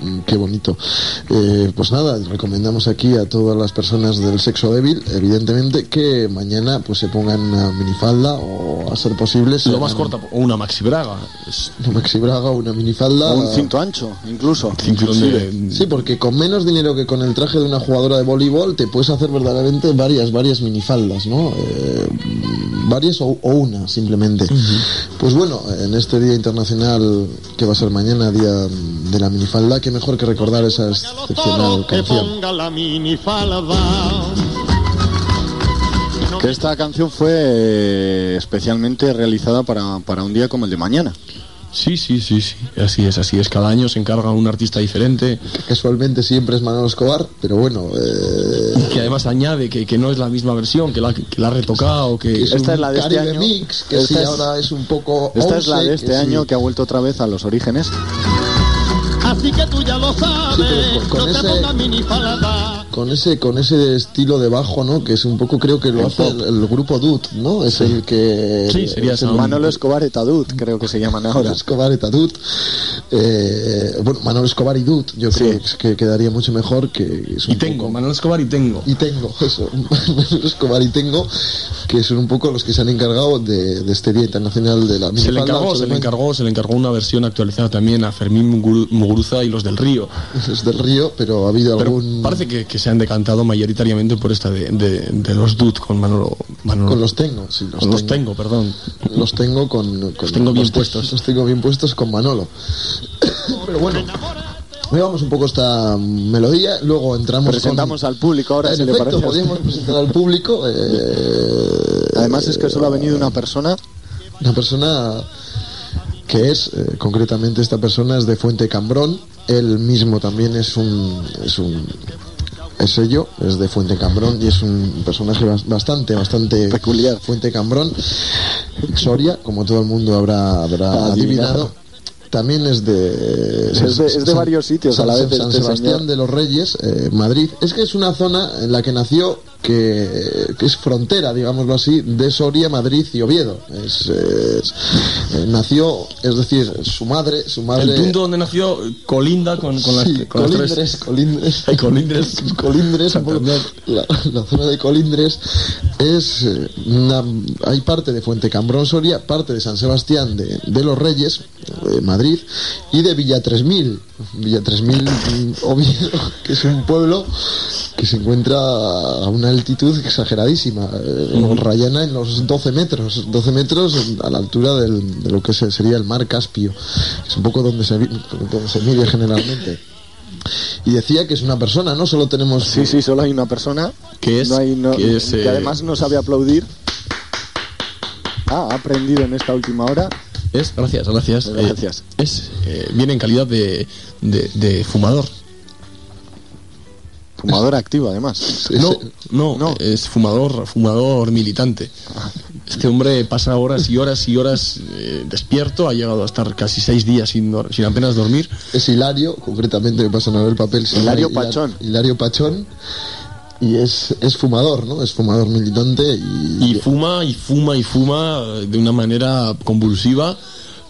[SPEAKER 1] Mm, Qué bonito. Eh, pues nada, recomendamos aquí a todas las personas del sexo débil, evidentemente, que mañana pues se pongan una minifalda o a ser posible se
[SPEAKER 3] Lo más
[SPEAKER 1] hagan
[SPEAKER 3] corta, o una maxi braga. Es-
[SPEAKER 1] Una maxibraga o una
[SPEAKER 2] O
[SPEAKER 1] minifalda.
[SPEAKER 2] un cinto ancho, incluso.
[SPEAKER 3] Cinturón
[SPEAKER 2] inclusive.
[SPEAKER 3] de-
[SPEAKER 1] Sí, porque con menos dinero que con el traje de una jugadora de voleibol te puedes hacer verdaderamente varias, varias minifaldas, ¿no? Eh, varias o, o una, simplemente. Pues bueno, en este Día Internacional que va a ser mañana, Día de la Minifalda, qué mejor que recordar esa excepcional canción.
[SPEAKER 5] la minifalda.
[SPEAKER 2] Que esta canción fue eh, especialmente realizada para, para un día como el de mañana.
[SPEAKER 3] Sí, sí, sí, sí. Así es, así es. Cada año se encarga un artista diferente,
[SPEAKER 1] casualmente siempre es Manolo Escobar, pero bueno, eh,
[SPEAKER 3] que además añade que, que no es la misma versión, que la, que la ha retocado, que...
[SPEAKER 1] es
[SPEAKER 2] Esta
[SPEAKER 1] un
[SPEAKER 2] es la de este
[SPEAKER 1] Caribe
[SPEAKER 2] año.
[SPEAKER 1] Mix, que
[SPEAKER 2] Esta
[SPEAKER 1] sí,
[SPEAKER 2] es-
[SPEAKER 1] ahora es un poco
[SPEAKER 2] Esta es la
[SPEAKER 1] once,
[SPEAKER 2] de este
[SPEAKER 1] que Oh, sí. Ah,
[SPEAKER 2] año que ha vuelto otra vez a los orígenes.
[SPEAKER 5] Así que tú ya lo sabes,
[SPEAKER 1] con- con
[SPEAKER 5] yo te
[SPEAKER 1] ese-
[SPEAKER 5] pongo la minifalda.
[SPEAKER 1] Con ese, con ese estilo de bajo, ¿no? Que es un poco, creo que lo hace el, el grupo Dut, ¿no? Es el que...
[SPEAKER 3] Sí, sería
[SPEAKER 1] es el
[SPEAKER 3] esa onda.
[SPEAKER 2] Manolo Escobar y Tadut, creo que se llaman
[SPEAKER 1] Manolo
[SPEAKER 2] ahora.
[SPEAKER 1] Escobar eta Dut. Eh, bueno, Manolo Escobar y Dut, yo creo que quedaría mucho mejor que... es un
[SPEAKER 3] Y tengo,
[SPEAKER 1] poco-
[SPEAKER 3] Manuel Escobar y tengo.
[SPEAKER 1] y tengo, eso, Manolo Escobar y tengo, que son un poco los que se han encargado de, de este Día Internacional de la
[SPEAKER 3] Se le
[SPEAKER 1] Minifalda,
[SPEAKER 3] encargó, se le
[SPEAKER 1] obviamente.
[SPEAKER 3] encargó, se le encargó una versión actualizada también a Fermín Muguru- Muguruza y los del Río.
[SPEAKER 1] Es del río, pero ha habido
[SPEAKER 3] Pero
[SPEAKER 1] algún...
[SPEAKER 3] parece que, que se han decantado mayoritariamente por esta de, de- de los Dud con Manolo... Manolo-
[SPEAKER 1] Con los tengo, sí, los,
[SPEAKER 3] con los
[SPEAKER 1] tengo.
[SPEAKER 3] tengo, perdón.
[SPEAKER 1] Los tengo con... con-
[SPEAKER 3] Los tengo bien
[SPEAKER 1] te-
[SPEAKER 3] puestos.
[SPEAKER 1] Los tengo bien puestos con Manolo. Pero bueno, Llevamos un poco esta melodía, luego entramos.
[SPEAKER 2] Presentamos
[SPEAKER 1] con-
[SPEAKER 2] al público ahora,
[SPEAKER 1] En
[SPEAKER 2] si le
[SPEAKER 1] efecto,
[SPEAKER 2] parece.
[SPEAKER 1] podríamos presentar al público. eh,
[SPEAKER 2] Además es que solo ha venido una persona.
[SPEAKER 1] Una persona que es, eh, concretamente esta persona es de Fuente Cambrón, él mismo también es un... Es un es ello, es de Fuente Cambrón y es un personaje bas- bastante, bastante
[SPEAKER 2] Peculiar.
[SPEAKER 1] Fuente Cambrón. Soria, como todo el mundo habrá, habrá
[SPEAKER 2] Adivinado.
[SPEAKER 1] adivinado. También es de,
[SPEAKER 2] Es de- es de varios sitios a la vez
[SPEAKER 1] San
[SPEAKER 2] este
[SPEAKER 1] Sebastián
[SPEAKER 2] señor.
[SPEAKER 1] de los Reyes, eh, Madrid. Es que es una zona en la que nació que, que es frontera, digámoslo así, de Soria, Madrid y Oviedo. Es, es- eh, nació, es decir, su madre, su madre.
[SPEAKER 3] El punto donde nació eh, colinda con, con las,
[SPEAKER 1] Sí,
[SPEAKER 3] con las tres-
[SPEAKER 1] colindres, colindres.
[SPEAKER 3] Ay, colindres.
[SPEAKER 1] Colindres, un poco-
[SPEAKER 3] Santander.
[SPEAKER 1] la, la zona de Colindres es eh, una- hay parte de Fuente Cambrón Soria, parte de San Sebastián de, de los Reyes, de Madrid, y de Villa 3000, Villa 3000 mm, Oviedo, que es un pueblo que se encuentra a una altitud exageradísima, eh, rayana en los 12 metros, 12 metros a la altura del- de lo que se- sería el mar Caspio, que es un poco donde se, vi- donde se mide generalmente. Y decía que es una persona, ¿no? Solo tenemos...
[SPEAKER 2] Sí, sí, solo hay una persona.
[SPEAKER 3] Que es-
[SPEAKER 2] No hay- no-
[SPEAKER 3] que es, eh,
[SPEAKER 2] además no sabe aplaudir. Ah, ha aprendido en esta última hora.
[SPEAKER 3] Es, gracias, gracias. Eh,
[SPEAKER 2] Gracias.
[SPEAKER 3] es, eh, viene en calidad de, de, de fumador.
[SPEAKER 2] Fumador activo, además.
[SPEAKER 3] No, no,
[SPEAKER 2] no.
[SPEAKER 3] es fumador, fumador militante. Este hombre pasa horas y horas y horas eh, despierto, ha llegado a estar casi seis días sin, dor- sin apenas dormir.
[SPEAKER 1] es Hilario, concretamente me pasan a ver el papel. se llama
[SPEAKER 2] Hilario
[SPEAKER 1] Hilar-
[SPEAKER 2] Pachón.
[SPEAKER 1] Hilario Pachón. Y es, es fumador, ¿no? Es fumador militante y...
[SPEAKER 3] Y fuma y fuma y fuma eh, de una manera convulsiva.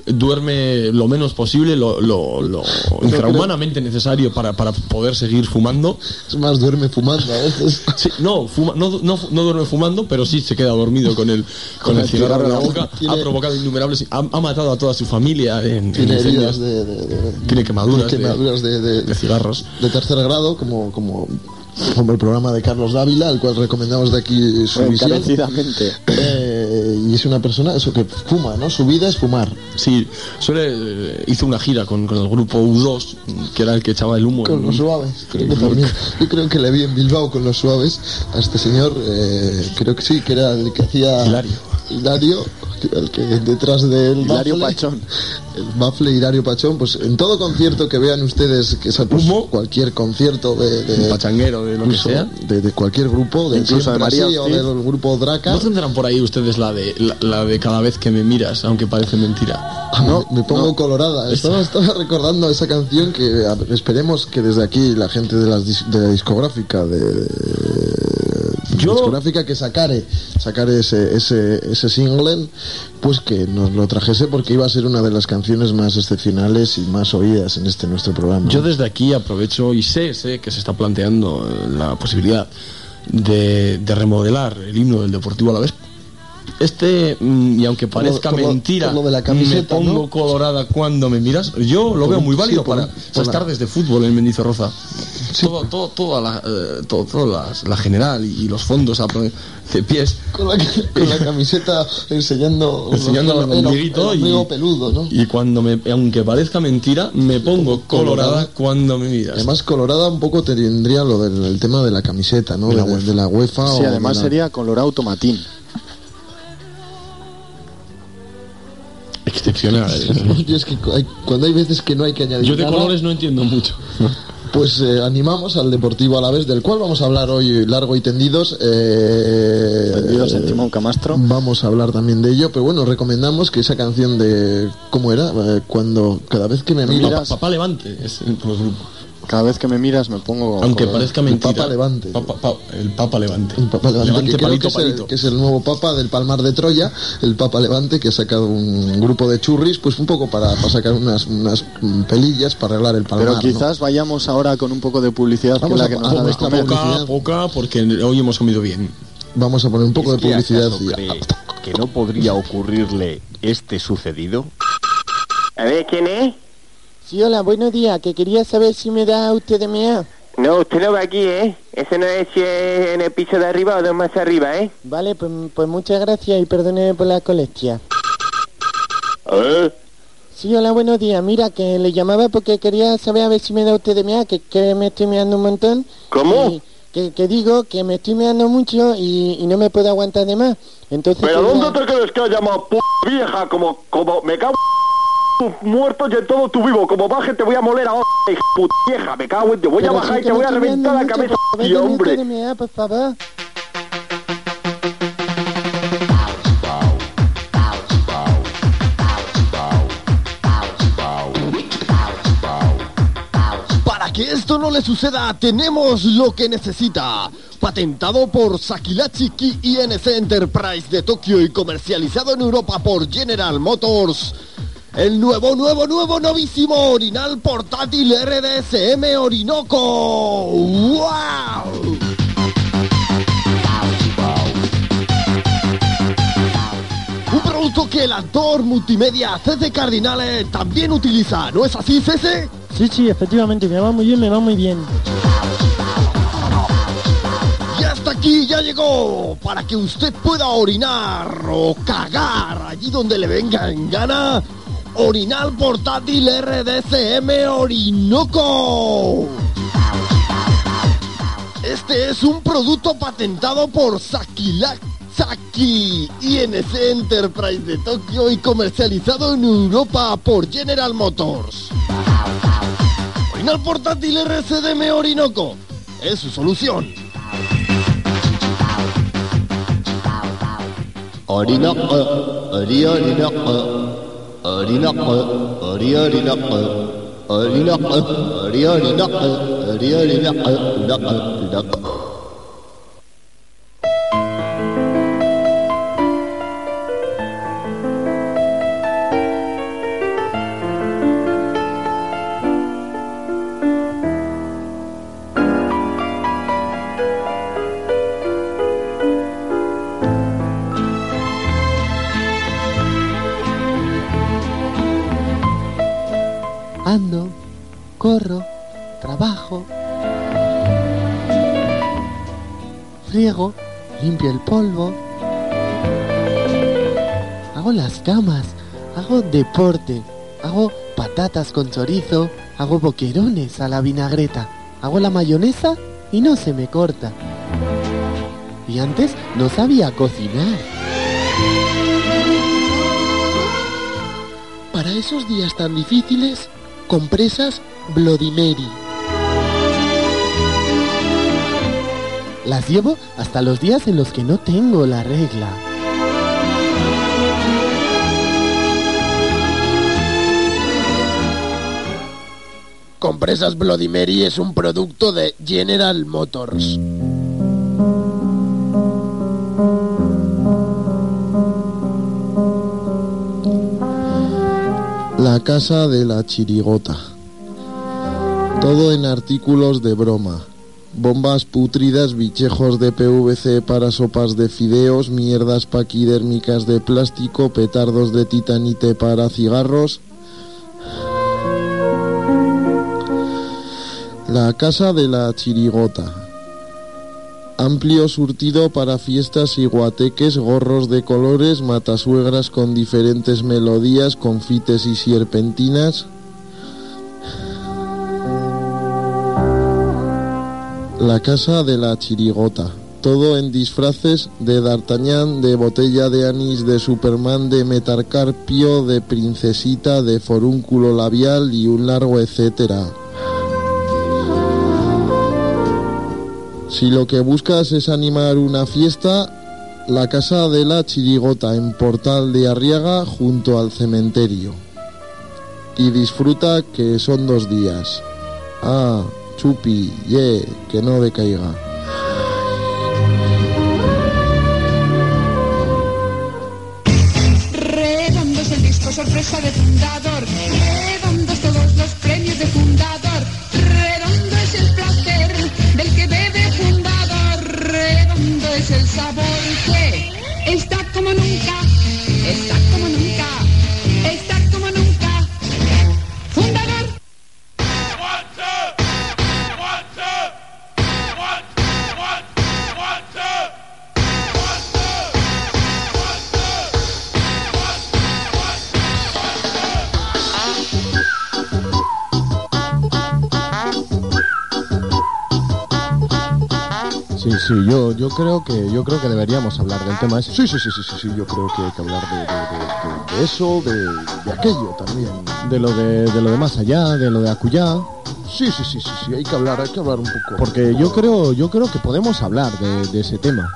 [SPEAKER 3] Duerme lo menos posible, lo, lo, lo infrahumanamente necesario para, para poder seguir fumando.
[SPEAKER 1] es más, duerme fumando a veces.
[SPEAKER 3] Sí, no, fuma- no, no, no duerme fumando, pero sí se queda dormido con el, con el cigarro en la boca.
[SPEAKER 1] Tiene-
[SPEAKER 3] Ha provocado innumerables. Ha, ha matado a toda su familia en, en
[SPEAKER 1] Tiene
[SPEAKER 3] incendios.
[SPEAKER 1] heridas de... de- de-
[SPEAKER 3] Tiene quemaduras
[SPEAKER 1] de quemaduras de- de-
[SPEAKER 3] de cigarros.
[SPEAKER 1] de tercer grado, como... como como el programa de Carlos Dávila, al cual recomendamos de aquí su visión.
[SPEAKER 2] Encarecidamente.
[SPEAKER 1] Eh, y es una persona, eso que fuma, ¿no? Su vida es fumar.
[SPEAKER 3] Sí, suele eh, hizo una gira con, con el grupo U2, que era el que echaba el humo.
[SPEAKER 1] Con
[SPEAKER 3] en-
[SPEAKER 1] los suaves, creo que
[SPEAKER 3] Sí.
[SPEAKER 1] también. Yo creo que le vi en Bilbao con los suaves a este señor, eh, creo que sí, que era el que hacía.
[SPEAKER 3] Hilario.
[SPEAKER 1] Hilario, que- el que detrás de él.
[SPEAKER 2] Hilario Pachón.
[SPEAKER 1] El Baffle Hilario Pachón, pues en todo concierto que vean ustedes, que sea pues,
[SPEAKER 3] Humo.
[SPEAKER 1] cualquier concierto de. de-
[SPEAKER 3] Un pachanguero de lo que
[SPEAKER 1] incluso
[SPEAKER 3] sea.
[SPEAKER 1] De, de cualquier grupo, de
[SPEAKER 2] Incluso de
[SPEAKER 1] Siempre
[SPEAKER 2] María
[SPEAKER 1] Así, o
[SPEAKER 2] Ortiz.
[SPEAKER 1] del grupo Draca.
[SPEAKER 3] ¿No tendrán por ahí ustedes la de, la, la de cada vez que me miras, aunque parece mentira?
[SPEAKER 2] No,
[SPEAKER 1] Ah, me pongo
[SPEAKER 2] no.
[SPEAKER 1] colorada. Estaba, estaba recordando esa canción que a ver, esperemos que desde aquí la gente de, las dis- de la discográfica de, de
[SPEAKER 3] Yo-
[SPEAKER 1] discográfica que sacare sacare ese, ese, ese single pues que nos lo trajese porque iba a ser una de las canciones más excepcionales y más oídas en este nuestro programa.
[SPEAKER 3] Yo desde aquí aprovecho y sé, sé que se está planteando eh, la posibilidad de, de remodelar el himno del Deportivo a la vez. Este, mm, y aunque
[SPEAKER 1] lo-
[SPEAKER 3] parezca
[SPEAKER 1] por lo-
[SPEAKER 3] mentira,
[SPEAKER 1] por lo de la
[SPEAKER 3] me
[SPEAKER 1] camiseta,
[SPEAKER 3] pongo
[SPEAKER 1] ¿no?
[SPEAKER 3] colorada cuando me miras, yo lo
[SPEAKER 1] Por-
[SPEAKER 3] veo muy
[SPEAKER 1] sí,
[SPEAKER 3] válido
[SPEAKER 1] por-
[SPEAKER 3] para
[SPEAKER 1] por
[SPEAKER 3] las
[SPEAKER 1] la-
[SPEAKER 3] tardes de fútbol en Mendizorroza. Todo, todo, toda la, eh, todo, toda la, la general y, y los fondos a pro- de pies.
[SPEAKER 1] con la, con la camiseta enseñando
[SPEAKER 3] enseñando
[SPEAKER 1] el-
[SPEAKER 3] el
[SPEAKER 1] el- el
[SPEAKER 3] ombliguito
[SPEAKER 1] ombligo
[SPEAKER 3] y,
[SPEAKER 1] peludo, ¿no?
[SPEAKER 3] y cuando me, aunque parezca mentira, me pongo colorada cuando me miras.
[SPEAKER 1] Además colorada un poco tendría lo del el tema de la camiseta, ¿no? De de la UEFA, o
[SPEAKER 2] Sí,
[SPEAKER 1] de
[SPEAKER 2] además
[SPEAKER 1] la-
[SPEAKER 2] sería Eh, color automatín.
[SPEAKER 3] excepcional. eh.
[SPEAKER 1] Yo es que cu- hay- cuando hay veces que no hay que añadir
[SPEAKER 3] Yo de
[SPEAKER 1] nada,
[SPEAKER 3] colores no entiendo mucho.
[SPEAKER 1] pues eh, animamos al Deportivo a la vez, del cual vamos a hablar hoy largo y tendidos. eh,
[SPEAKER 2] Vendidos en Timón Camastro.
[SPEAKER 1] Vamos a hablar también de ello, pero bueno, recomendamos que esa canción de... ¿Cómo era? Eh, cuando cada vez que me
[SPEAKER 3] Papá,
[SPEAKER 1] mira...
[SPEAKER 3] papá Levante es el grupo.
[SPEAKER 2] Cada vez que me miras me pongo.
[SPEAKER 3] Aunque
[SPEAKER 2] colorado.
[SPEAKER 3] parezca mentira.
[SPEAKER 1] Papa Levante.
[SPEAKER 3] Papa- pa- el Papa Levante.
[SPEAKER 1] El Papa Levante, que creo
[SPEAKER 3] palito,
[SPEAKER 1] que, es el-
[SPEAKER 3] palito.
[SPEAKER 1] que es el nuevo Papa del Palmar de Troya, el Papa Levante, que ha sacado un grupo de churris, pues un poco para, para sacar unas, unas mm, pelillas para arreglar el Palmar.
[SPEAKER 2] Pero
[SPEAKER 1] ¿no?
[SPEAKER 2] quizás vayamos ahora con un poco de publicidad que es
[SPEAKER 1] Vamos
[SPEAKER 2] la
[SPEAKER 1] a-
[SPEAKER 2] que nos
[SPEAKER 1] a-
[SPEAKER 2] ha
[SPEAKER 1] a-
[SPEAKER 2] dejado.
[SPEAKER 3] Poca, poca, porque hoy hemos comido bien.
[SPEAKER 1] Vamos a poner un poco
[SPEAKER 7] ¿Es
[SPEAKER 1] de
[SPEAKER 7] que
[SPEAKER 1] publicidad.
[SPEAKER 7] acaso
[SPEAKER 1] y-
[SPEAKER 7] cree que no podría ocurrirle este sucedido?
[SPEAKER 8] A ver, ¿quién es?
[SPEAKER 9] Sí, hola, buenos días. Que quería saber si me da usted de mea.
[SPEAKER 8] No, usted no va aquí, ¿eh? Ese no es si es en el piso de arriba o dos más arriba, ¿eh?
[SPEAKER 9] Vale, pues, pues muchas gracias y perdóneme por la colectia.
[SPEAKER 7] A ver,
[SPEAKER 9] Sí, hola, buenos días. Mira, que le llamaba porque quería saber a ver si me da usted de mea, que, que me estoy meando un montón.
[SPEAKER 8] ¿Cómo?
[SPEAKER 9] Y que, que digo que me estoy meando mucho y, y no me puedo aguantar de más. Entonces, pues,
[SPEAKER 8] ¿Pero
[SPEAKER 9] quería-
[SPEAKER 8] dónde te crees que ha llamado, p vieja? Como, como, me cago en tu muerto y en todo tu vivo. Como baje te voy a moler ahora, hija de puta vieja. Me cago en te voy a
[SPEAKER 9] Pero sí
[SPEAKER 8] bajar y
[SPEAKER 9] que
[SPEAKER 8] te
[SPEAKER 9] me
[SPEAKER 8] voy a
[SPEAKER 9] estoy meando
[SPEAKER 8] reventar la
[SPEAKER 9] mucho,
[SPEAKER 8] cabeza,
[SPEAKER 9] por favor,
[SPEAKER 8] tío,
[SPEAKER 9] que me
[SPEAKER 8] hombre.
[SPEAKER 9] estoy de mea, por favor.
[SPEAKER 10] Para que esto no le suceda, tenemos lo que necesita. Patentado por Sakilachi Ki INC Enterprise de Tokio y comercializado en Europa por General Motors. El nuevo, nuevo, nuevo, novísimo orinal portátil RDSM Orinoco. ¡Wow! Un producto que el actor multimedia CC Cardinale también utiliza, ¿no es así, CC?
[SPEAKER 11] Sí, sí, efectivamente, me va muy bien, me va muy bien.
[SPEAKER 10] Y hasta aquí ya llegó para que usted pueda orinar o cagar allí donde le venga en gana. Orinal portátil RDCM Orinoco. Este es un producto patentado por Sakilak Saki INC Enterprise de Tokio y comercializado en Europa por General Motors. Orinal portátil RCDM Orinoco es su solución.
[SPEAKER 12] Orinoco, ori orinoco, orinoco, ori orinoco, orinoco, ori orinoco, ori orinoco, orinoco, orinoco.
[SPEAKER 10] Ando, corro, trabajo, friego, limpio el polvo, hago las camas, hago deporte, hago patatas con chorizo, hago boquerones a la vinagreta, hago la mayonesa y no se me corta. Y antes no sabía cocinar. Para esos días tan difíciles, compresas Bloody Mary. Las llevo hasta los días en los que no tengo la regla. Compresas Bloody Mary es un producto de General Motors.
[SPEAKER 1] La casa de la chirigota. Todo en artículos de broma. Bombas putridas, bichejos de PVC para sopas de fideos, mierdas paquidérmicas de plástico, petardos de titanite para cigarros. La casa de la chirigota. Amplio surtido para fiestas y guateques, gorros de colores, matasuegras con diferentes melodías, confites y sierpentinas. La casa de la chirigota. Todo en disfraces de D'Artagnan, de botella de anís, de Superman, de metarcarpio, de princesita, de forúnculo labial y un largo etcétera. Si lo que buscas es animar una fiesta, la casa de la chirigota en Portal de Arriaga junto al cementerio. Y disfruta que son dos días. Ah, chupi, ye, que no decaiga.
[SPEAKER 13] Redondo es el disco sorpresa de fundador. Redondos todos los premios de fundador. Redondo es el placer del que bebe fundador. Redondo es el sabor que está como nunca. Está como nunca. Está como nunca. Fundador.
[SPEAKER 14] Sí, sí, yo, yo creo que yo creo que deberíamos hablar del tema ese. Sí, sí, sí, sí, sí, sí, yo creo que hay que hablar de, de- de- de- de eso, de, de aquello también.
[SPEAKER 10] De lo de, de lo de más allá, de lo de acullá.
[SPEAKER 14] Sí, sí, sí, sí, sí, hay que hablar, hay que hablar un poco. Porque yo creo, yo creo que podemos hablar de, de ese tema.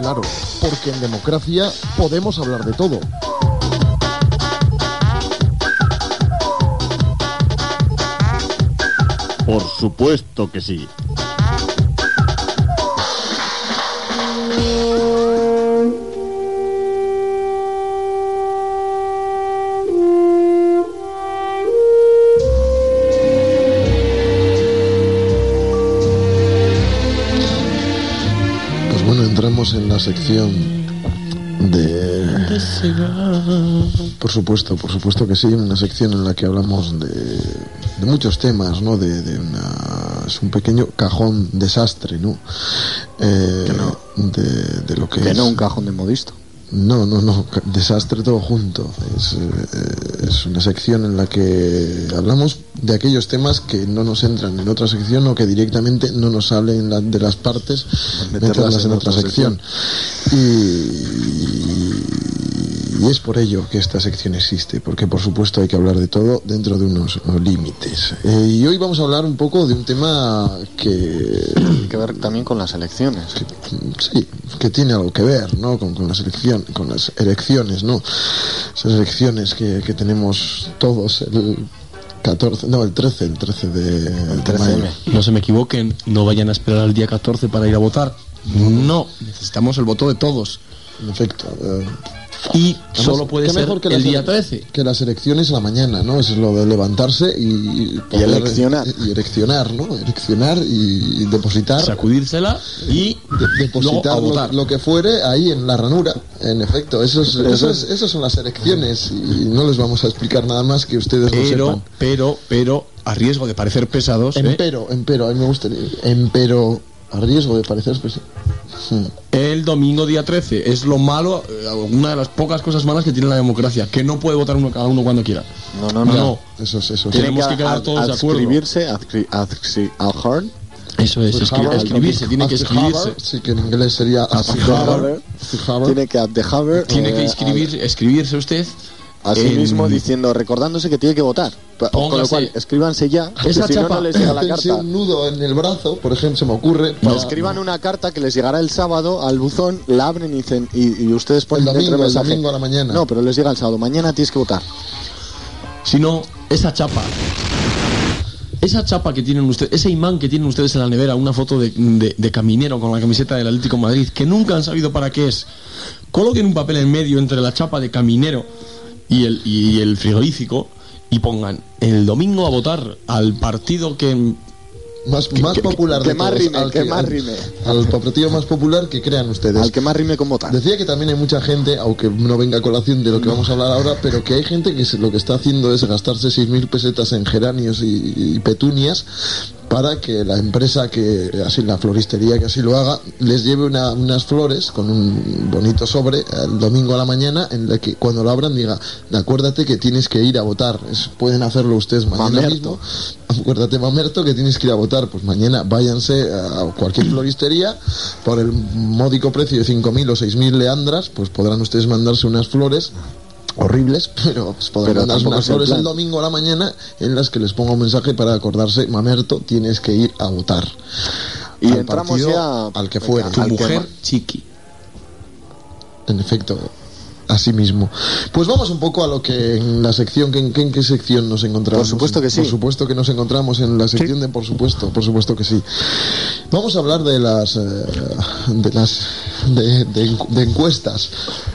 [SPEAKER 10] Claro, porque en democracia podemos hablar de todo.
[SPEAKER 7] Por supuesto que sí.
[SPEAKER 1] Pues bueno, entramos en la sección de... Por supuesto, por supuesto que sí, una sección en la que hablamos de, de muchos temas, ¿no? De, de una, es un pequeño cajón desastre, ¿no? Eh, De, de lo que,
[SPEAKER 2] Que
[SPEAKER 1] es-
[SPEAKER 2] no un cajón de modisto.
[SPEAKER 1] No, no, no, ca- desastre todo junto. Es, eh, es una sección en la que hablamos de aquellos temas que no nos entran en otra sección o que directamente no nos salen la- de las partes,
[SPEAKER 15] meterlas
[SPEAKER 1] meterlas en,
[SPEAKER 15] en
[SPEAKER 1] otra,
[SPEAKER 15] otra
[SPEAKER 1] sección. Y, y es por ello que esta sección existe, porque por supuesto hay que hablar de todo dentro de unos eh, límites. Eh, y hoy vamos a hablar un poco de un tema que...
[SPEAKER 2] Tiene que ver también con las elecciones.
[SPEAKER 1] Sí, que tiene algo que ver, ¿no? Con, con las elecciones, con las elecciones, ¿no? Esas elecciones que, que tenemos todos el 14, no, el 13, el 13 de, de mayo.
[SPEAKER 3] No se me equivoquen, no vayan a esperar al día 14 para ir a votar. No, necesitamos el voto de todos.
[SPEAKER 1] En efecto. eh,
[SPEAKER 3] y
[SPEAKER 1] Además,
[SPEAKER 3] solo puede
[SPEAKER 1] qué
[SPEAKER 3] ser
[SPEAKER 1] mejor que
[SPEAKER 3] el
[SPEAKER 1] las
[SPEAKER 3] día
[SPEAKER 1] ele-
[SPEAKER 3] 13.
[SPEAKER 1] Que las elecciones a la mañana, ¿no? Es lo de levantarse y...
[SPEAKER 3] eleccionar.
[SPEAKER 1] Y eleccionar, ¿no? Eleccionar y, y depositar...
[SPEAKER 3] Sacudírsela y
[SPEAKER 1] de-
[SPEAKER 3] luego a
[SPEAKER 1] depositar lo,
[SPEAKER 3] votar.
[SPEAKER 1] lo que fuere ahí en la ranura. En efecto, eso es- eso es- esas son las elecciones y no les vamos a explicar nada más que ustedes lo
[SPEAKER 3] Pero,
[SPEAKER 1] sepan.
[SPEAKER 3] pero, pero, a riesgo de parecer pesados, ¿eh?
[SPEAKER 1] Empero, empero, a mí me gustaría. Empero, a riesgo de parecer. pues, hmm.
[SPEAKER 3] el domingo día 13 es lo malo, eh, una de las pocas cosas malas que tiene la democracia, que no puede votar uno cada uno cuando quiera.
[SPEAKER 2] No, no, no.
[SPEAKER 1] Eso es, eso
[SPEAKER 3] Tenemos que quedar todos de acuerdo.
[SPEAKER 2] Adscribirse, adscri- adscri- adjourn.
[SPEAKER 3] Eso es,
[SPEAKER 2] escri- escribirse, tiene que escribirse.
[SPEAKER 1] Sí, que en inglés sería
[SPEAKER 2] Adjourn. Tiene que adjourn.
[SPEAKER 3] Tiene que
[SPEAKER 2] eh,
[SPEAKER 3] inscribir, escribirse usted.
[SPEAKER 2] a- Así
[SPEAKER 3] en-
[SPEAKER 2] mismo diciendo, recordándose que tiene que votar. Pa- Con lo
[SPEAKER 3] Póngase-
[SPEAKER 2] cual, escríbanse ya. porque
[SPEAKER 1] Esa
[SPEAKER 2] si no,
[SPEAKER 1] chapa.
[SPEAKER 2] no les llega la
[SPEAKER 1] Tense
[SPEAKER 2] carta.
[SPEAKER 1] un nudo en el brazo, por ejemplo, se me ocurre.
[SPEAKER 2] Pues
[SPEAKER 1] para-
[SPEAKER 2] escriban una carta que les llegará el sábado al buzón, la abren y dicen, y, y ustedes ponen
[SPEAKER 1] El domingo,
[SPEAKER 2] dentro
[SPEAKER 1] el
[SPEAKER 2] mensaje.
[SPEAKER 1] domingo a la mañana.
[SPEAKER 2] No, pero les llega el sábado. Mañana tienes que votar.
[SPEAKER 3] Si no, esa chapa. Esa chapa que tienen ustedes, ese imán que tienen ustedes en la nevera, una foto de, de- de caminero con la camiseta del Atlético de Madrid, que nunca han sabido para qué es, coloquen un papel en medio entre la chapa de caminero y el, y el frigorífico y pongan el domingo a votar al partido que...
[SPEAKER 1] Más, más popular de todos, al al- Al partido más popular que crean ustedes. Al
[SPEAKER 2] que más rime con votar.
[SPEAKER 1] Decía que también hay mucha gente, aunque no venga a colación de lo que vamos a hablar ahora, pero que hay gente que se- lo que está haciendo es gastarse 6.000 pesetas en geranios y, y petunias para que la empresa que así la floristería que así lo haga les lleve una- unas flores con un bonito sobre el domingo a la mañana en la que cuando lo abran diga acuérdate que tienes que ir a votar Es- pueden hacerlo ustedes mañana
[SPEAKER 2] Pues Mamerto.
[SPEAKER 1] mismo Acuérdate, Mamerto, que tienes que ir a votar. Pues mañana váyanse a cualquier floristería por el módico precio de 5.000 o 6.000 leandras. Pues podrán ustedes mandarse unas flores horribles, pero pues podrán
[SPEAKER 2] Pero
[SPEAKER 1] mandarse
[SPEAKER 2] tampoco
[SPEAKER 1] unas
[SPEAKER 2] es el
[SPEAKER 1] flores
[SPEAKER 2] plan.
[SPEAKER 1] el domingo a la mañana en las que les ponga un mensaje para acordarse, Mamerto, tienes que ir a votar.
[SPEAKER 2] Y
[SPEAKER 1] Al
[SPEAKER 2] entramos
[SPEAKER 1] partido,
[SPEAKER 2] ya-
[SPEAKER 1] Al que fuera.
[SPEAKER 2] Tu Al que mujer, ma-
[SPEAKER 3] chiqui.
[SPEAKER 1] En efecto, así mismo. Pues vamos un poco a lo que en la sección, que, en, que en qué sección nos encontramos.
[SPEAKER 2] Por supuesto que sí.
[SPEAKER 1] Por supuesto que nos encontramos en la sección de por supuesto, por supuesto que sí. Vamos a hablar de las eh, de las de, de encu- de encuestas.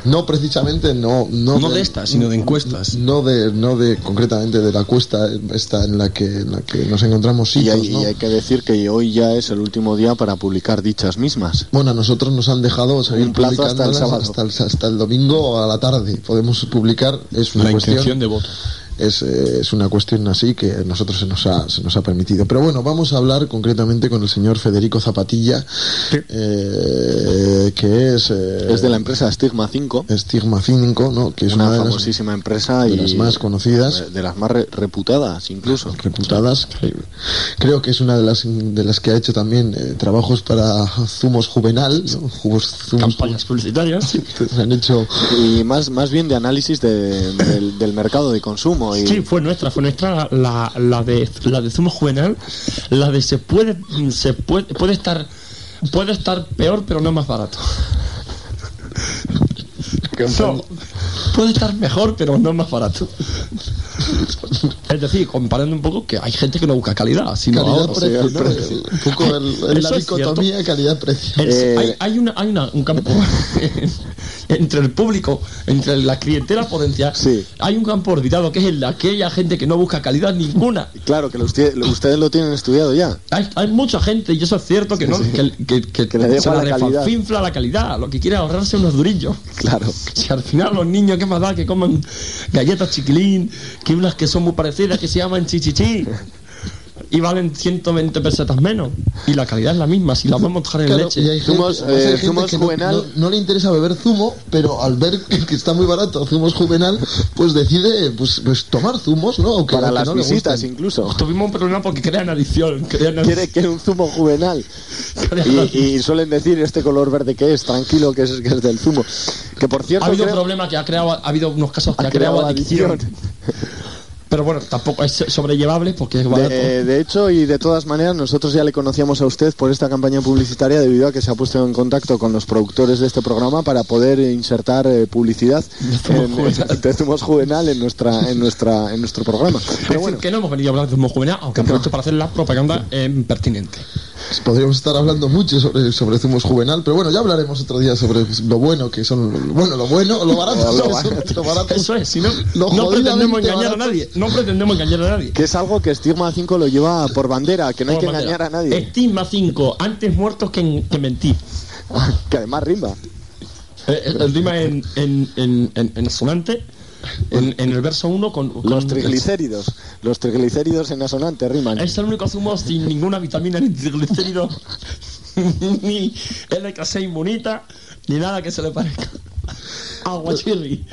[SPEAKER 1] No precisamente no no,
[SPEAKER 3] No de estas, sino de encuestas.
[SPEAKER 1] No de no de concretamente de la cuesta esta en la que en la que nos encontramos
[SPEAKER 2] Y
[SPEAKER 1] hitos,
[SPEAKER 2] hay,
[SPEAKER 1] ¿no?
[SPEAKER 2] y hay que decir que hoy ya es el último día para publicar dichas mismas.
[SPEAKER 1] Bueno, a nosotros nos han dejado seguir
[SPEAKER 2] Un plazo hasta el
[SPEAKER 1] publicándolas
[SPEAKER 2] sábado.
[SPEAKER 1] hasta el, hasta el domingo a la tarde. Podemos publicar, es una
[SPEAKER 3] La
[SPEAKER 1] cuestión.
[SPEAKER 3] intención de voto.
[SPEAKER 1] Es, eh, es una cuestión así que a nosotros se nos, ha, se nos ha permitido. Pero bueno, vamos a hablar concretamente con el señor Federico Zapatilla, eh, eh, que es... eh,
[SPEAKER 2] Es de la empresa Stigma 5.
[SPEAKER 1] Stigma 5, ¿no? Que es
[SPEAKER 2] una,
[SPEAKER 1] una, de las-
[SPEAKER 2] famosísima empresa
[SPEAKER 1] de
[SPEAKER 2] y
[SPEAKER 1] las más conocidas.
[SPEAKER 2] de las más re- reputadas incluso.
[SPEAKER 1] reputadas. Creo que es una de las de las que ha hecho también eh, trabajos para zumos juvenal, ¿no? Jugos- zumos-
[SPEAKER 16] Campañas publicitarias.
[SPEAKER 1] Se han hecho
[SPEAKER 2] Y más, más bien de análisis de- del, del mercado de consumo. Y
[SPEAKER 3] Sí, fue nuestra, fue nuestra la, la de la de zumo juvenal, la de se puede se puede puede estar puede estar peor pero no más barato. No, puede estar mejor pero no más barato. Es decir, comparando un poco que hay gente que no busca calidad, sino ahorro.
[SPEAKER 1] calidad-precio, ¿no? Un poco el- el- la
[SPEAKER 3] Eso es cierto.
[SPEAKER 1] dicotomía Eh, calidad-precio.
[SPEAKER 3] El- hay, hay una, hay una- un campo entre el público, entre la clientela potencial, hay un campo olvidado que es el de aquella gente que no busca calidad ninguna.
[SPEAKER 2] Claro, que ustedes lo tienen estudiado ya.
[SPEAKER 3] Hay, hay mucha gente, y eso es cierto, que no que, que- que-
[SPEAKER 2] le da
[SPEAKER 3] se
[SPEAKER 2] igual
[SPEAKER 3] la
[SPEAKER 2] la calidad.
[SPEAKER 3] refanfinfla la calidad, lo que quiere es ahorrarse unos durillos.
[SPEAKER 2] Claro.
[SPEAKER 3] Si al final los niños, ¿qué más da? Que coman galletas chiquilín, que unas que son muy parecidas, que se llaman chichichi. Y valen 120 pesetas menos. Y la calidad es la misma, si la vamos a mojar en
[SPEAKER 1] Claro,
[SPEAKER 3] leche.
[SPEAKER 1] y hay gente- además hay gente que no- no, no le interesa beber zumo, pero al ver que, que está muy barato zumos juvenal, pues decide pues, pues tomar zumos, ¿no? Aunque, aunque no le gusten.
[SPEAKER 2] incluso.
[SPEAKER 3] Tuvimos un problema porque crean adicción. Crean
[SPEAKER 2] Quiere que un zumo juvenal. Y, y suelen decir este color verde que es, tranquilo, que es, que es del zumo. Que por cierto,
[SPEAKER 3] ha habido
[SPEAKER 2] creo-
[SPEAKER 3] un problema que ha creado, ha habido unos casos que
[SPEAKER 2] Ha
[SPEAKER 3] ha, creado,
[SPEAKER 2] creado
[SPEAKER 3] adicción.
[SPEAKER 2] adicción.
[SPEAKER 3] Pero bueno, tampoco es sobrellevable porque es barato.
[SPEAKER 2] de, de hecho, y de todas maneras, nosotros ya le conocíamos a usted por esta campaña publicitaria debido a que se ha puesto en contacto con los productores de este programa para poder insertar eh, publicidad
[SPEAKER 3] zumo
[SPEAKER 2] en-
[SPEAKER 3] juvenal.
[SPEAKER 2] de zumos juvenal en nuestra en nuestra en nuestro programa.
[SPEAKER 3] Es decir, que no hemos venido a hablar de humo juvenil, aunque aprovecho para hacer la propaganda eh, pertinente.
[SPEAKER 1] Podríamos estar hablando mucho sobre, sobre zumos juvenal, pero bueno, ya hablaremos otro día sobre lo bueno que son. Lo bueno, lo bueno, lo barato.
[SPEAKER 2] Lo
[SPEAKER 1] que son,
[SPEAKER 2] barato.
[SPEAKER 1] lo barato.
[SPEAKER 3] Eso es, si no,
[SPEAKER 1] Lo
[SPEAKER 3] no pretendemos
[SPEAKER 1] jodidamente
[SPEAKER 3] engañar a
[SPEAKER 1] barato.
[SPEAKER 3] nadie. No pretendemos engañar a nadie.
[SPEAKER 2] Que es algo que Stigma 5 lo lleva por bandera, que no hay que
[SPEAKER 3] Por bandera. Eh.
[SPEAKER 2] engañar a nadie.
[SPEAKER 3] Estigma 5, antes muertos que, en- que mentir. Eh,
[SPEAKER 2] que además rimba.
[SPEAKER 3] El, el rima en, en, en, en, en sonante, en, en el verso 1 con,
[SPEAKER 2] Los
[SPEAKER 3] con-
[SPEAKER 2] triglicéridos. Los triglicéridos en asonante riman.
[SPEAKER 3] Es el único zumo sin ninguna vitamina ni triglicéridos, ni LK6 bonita, ni nada que se le parezca. Agua chirri.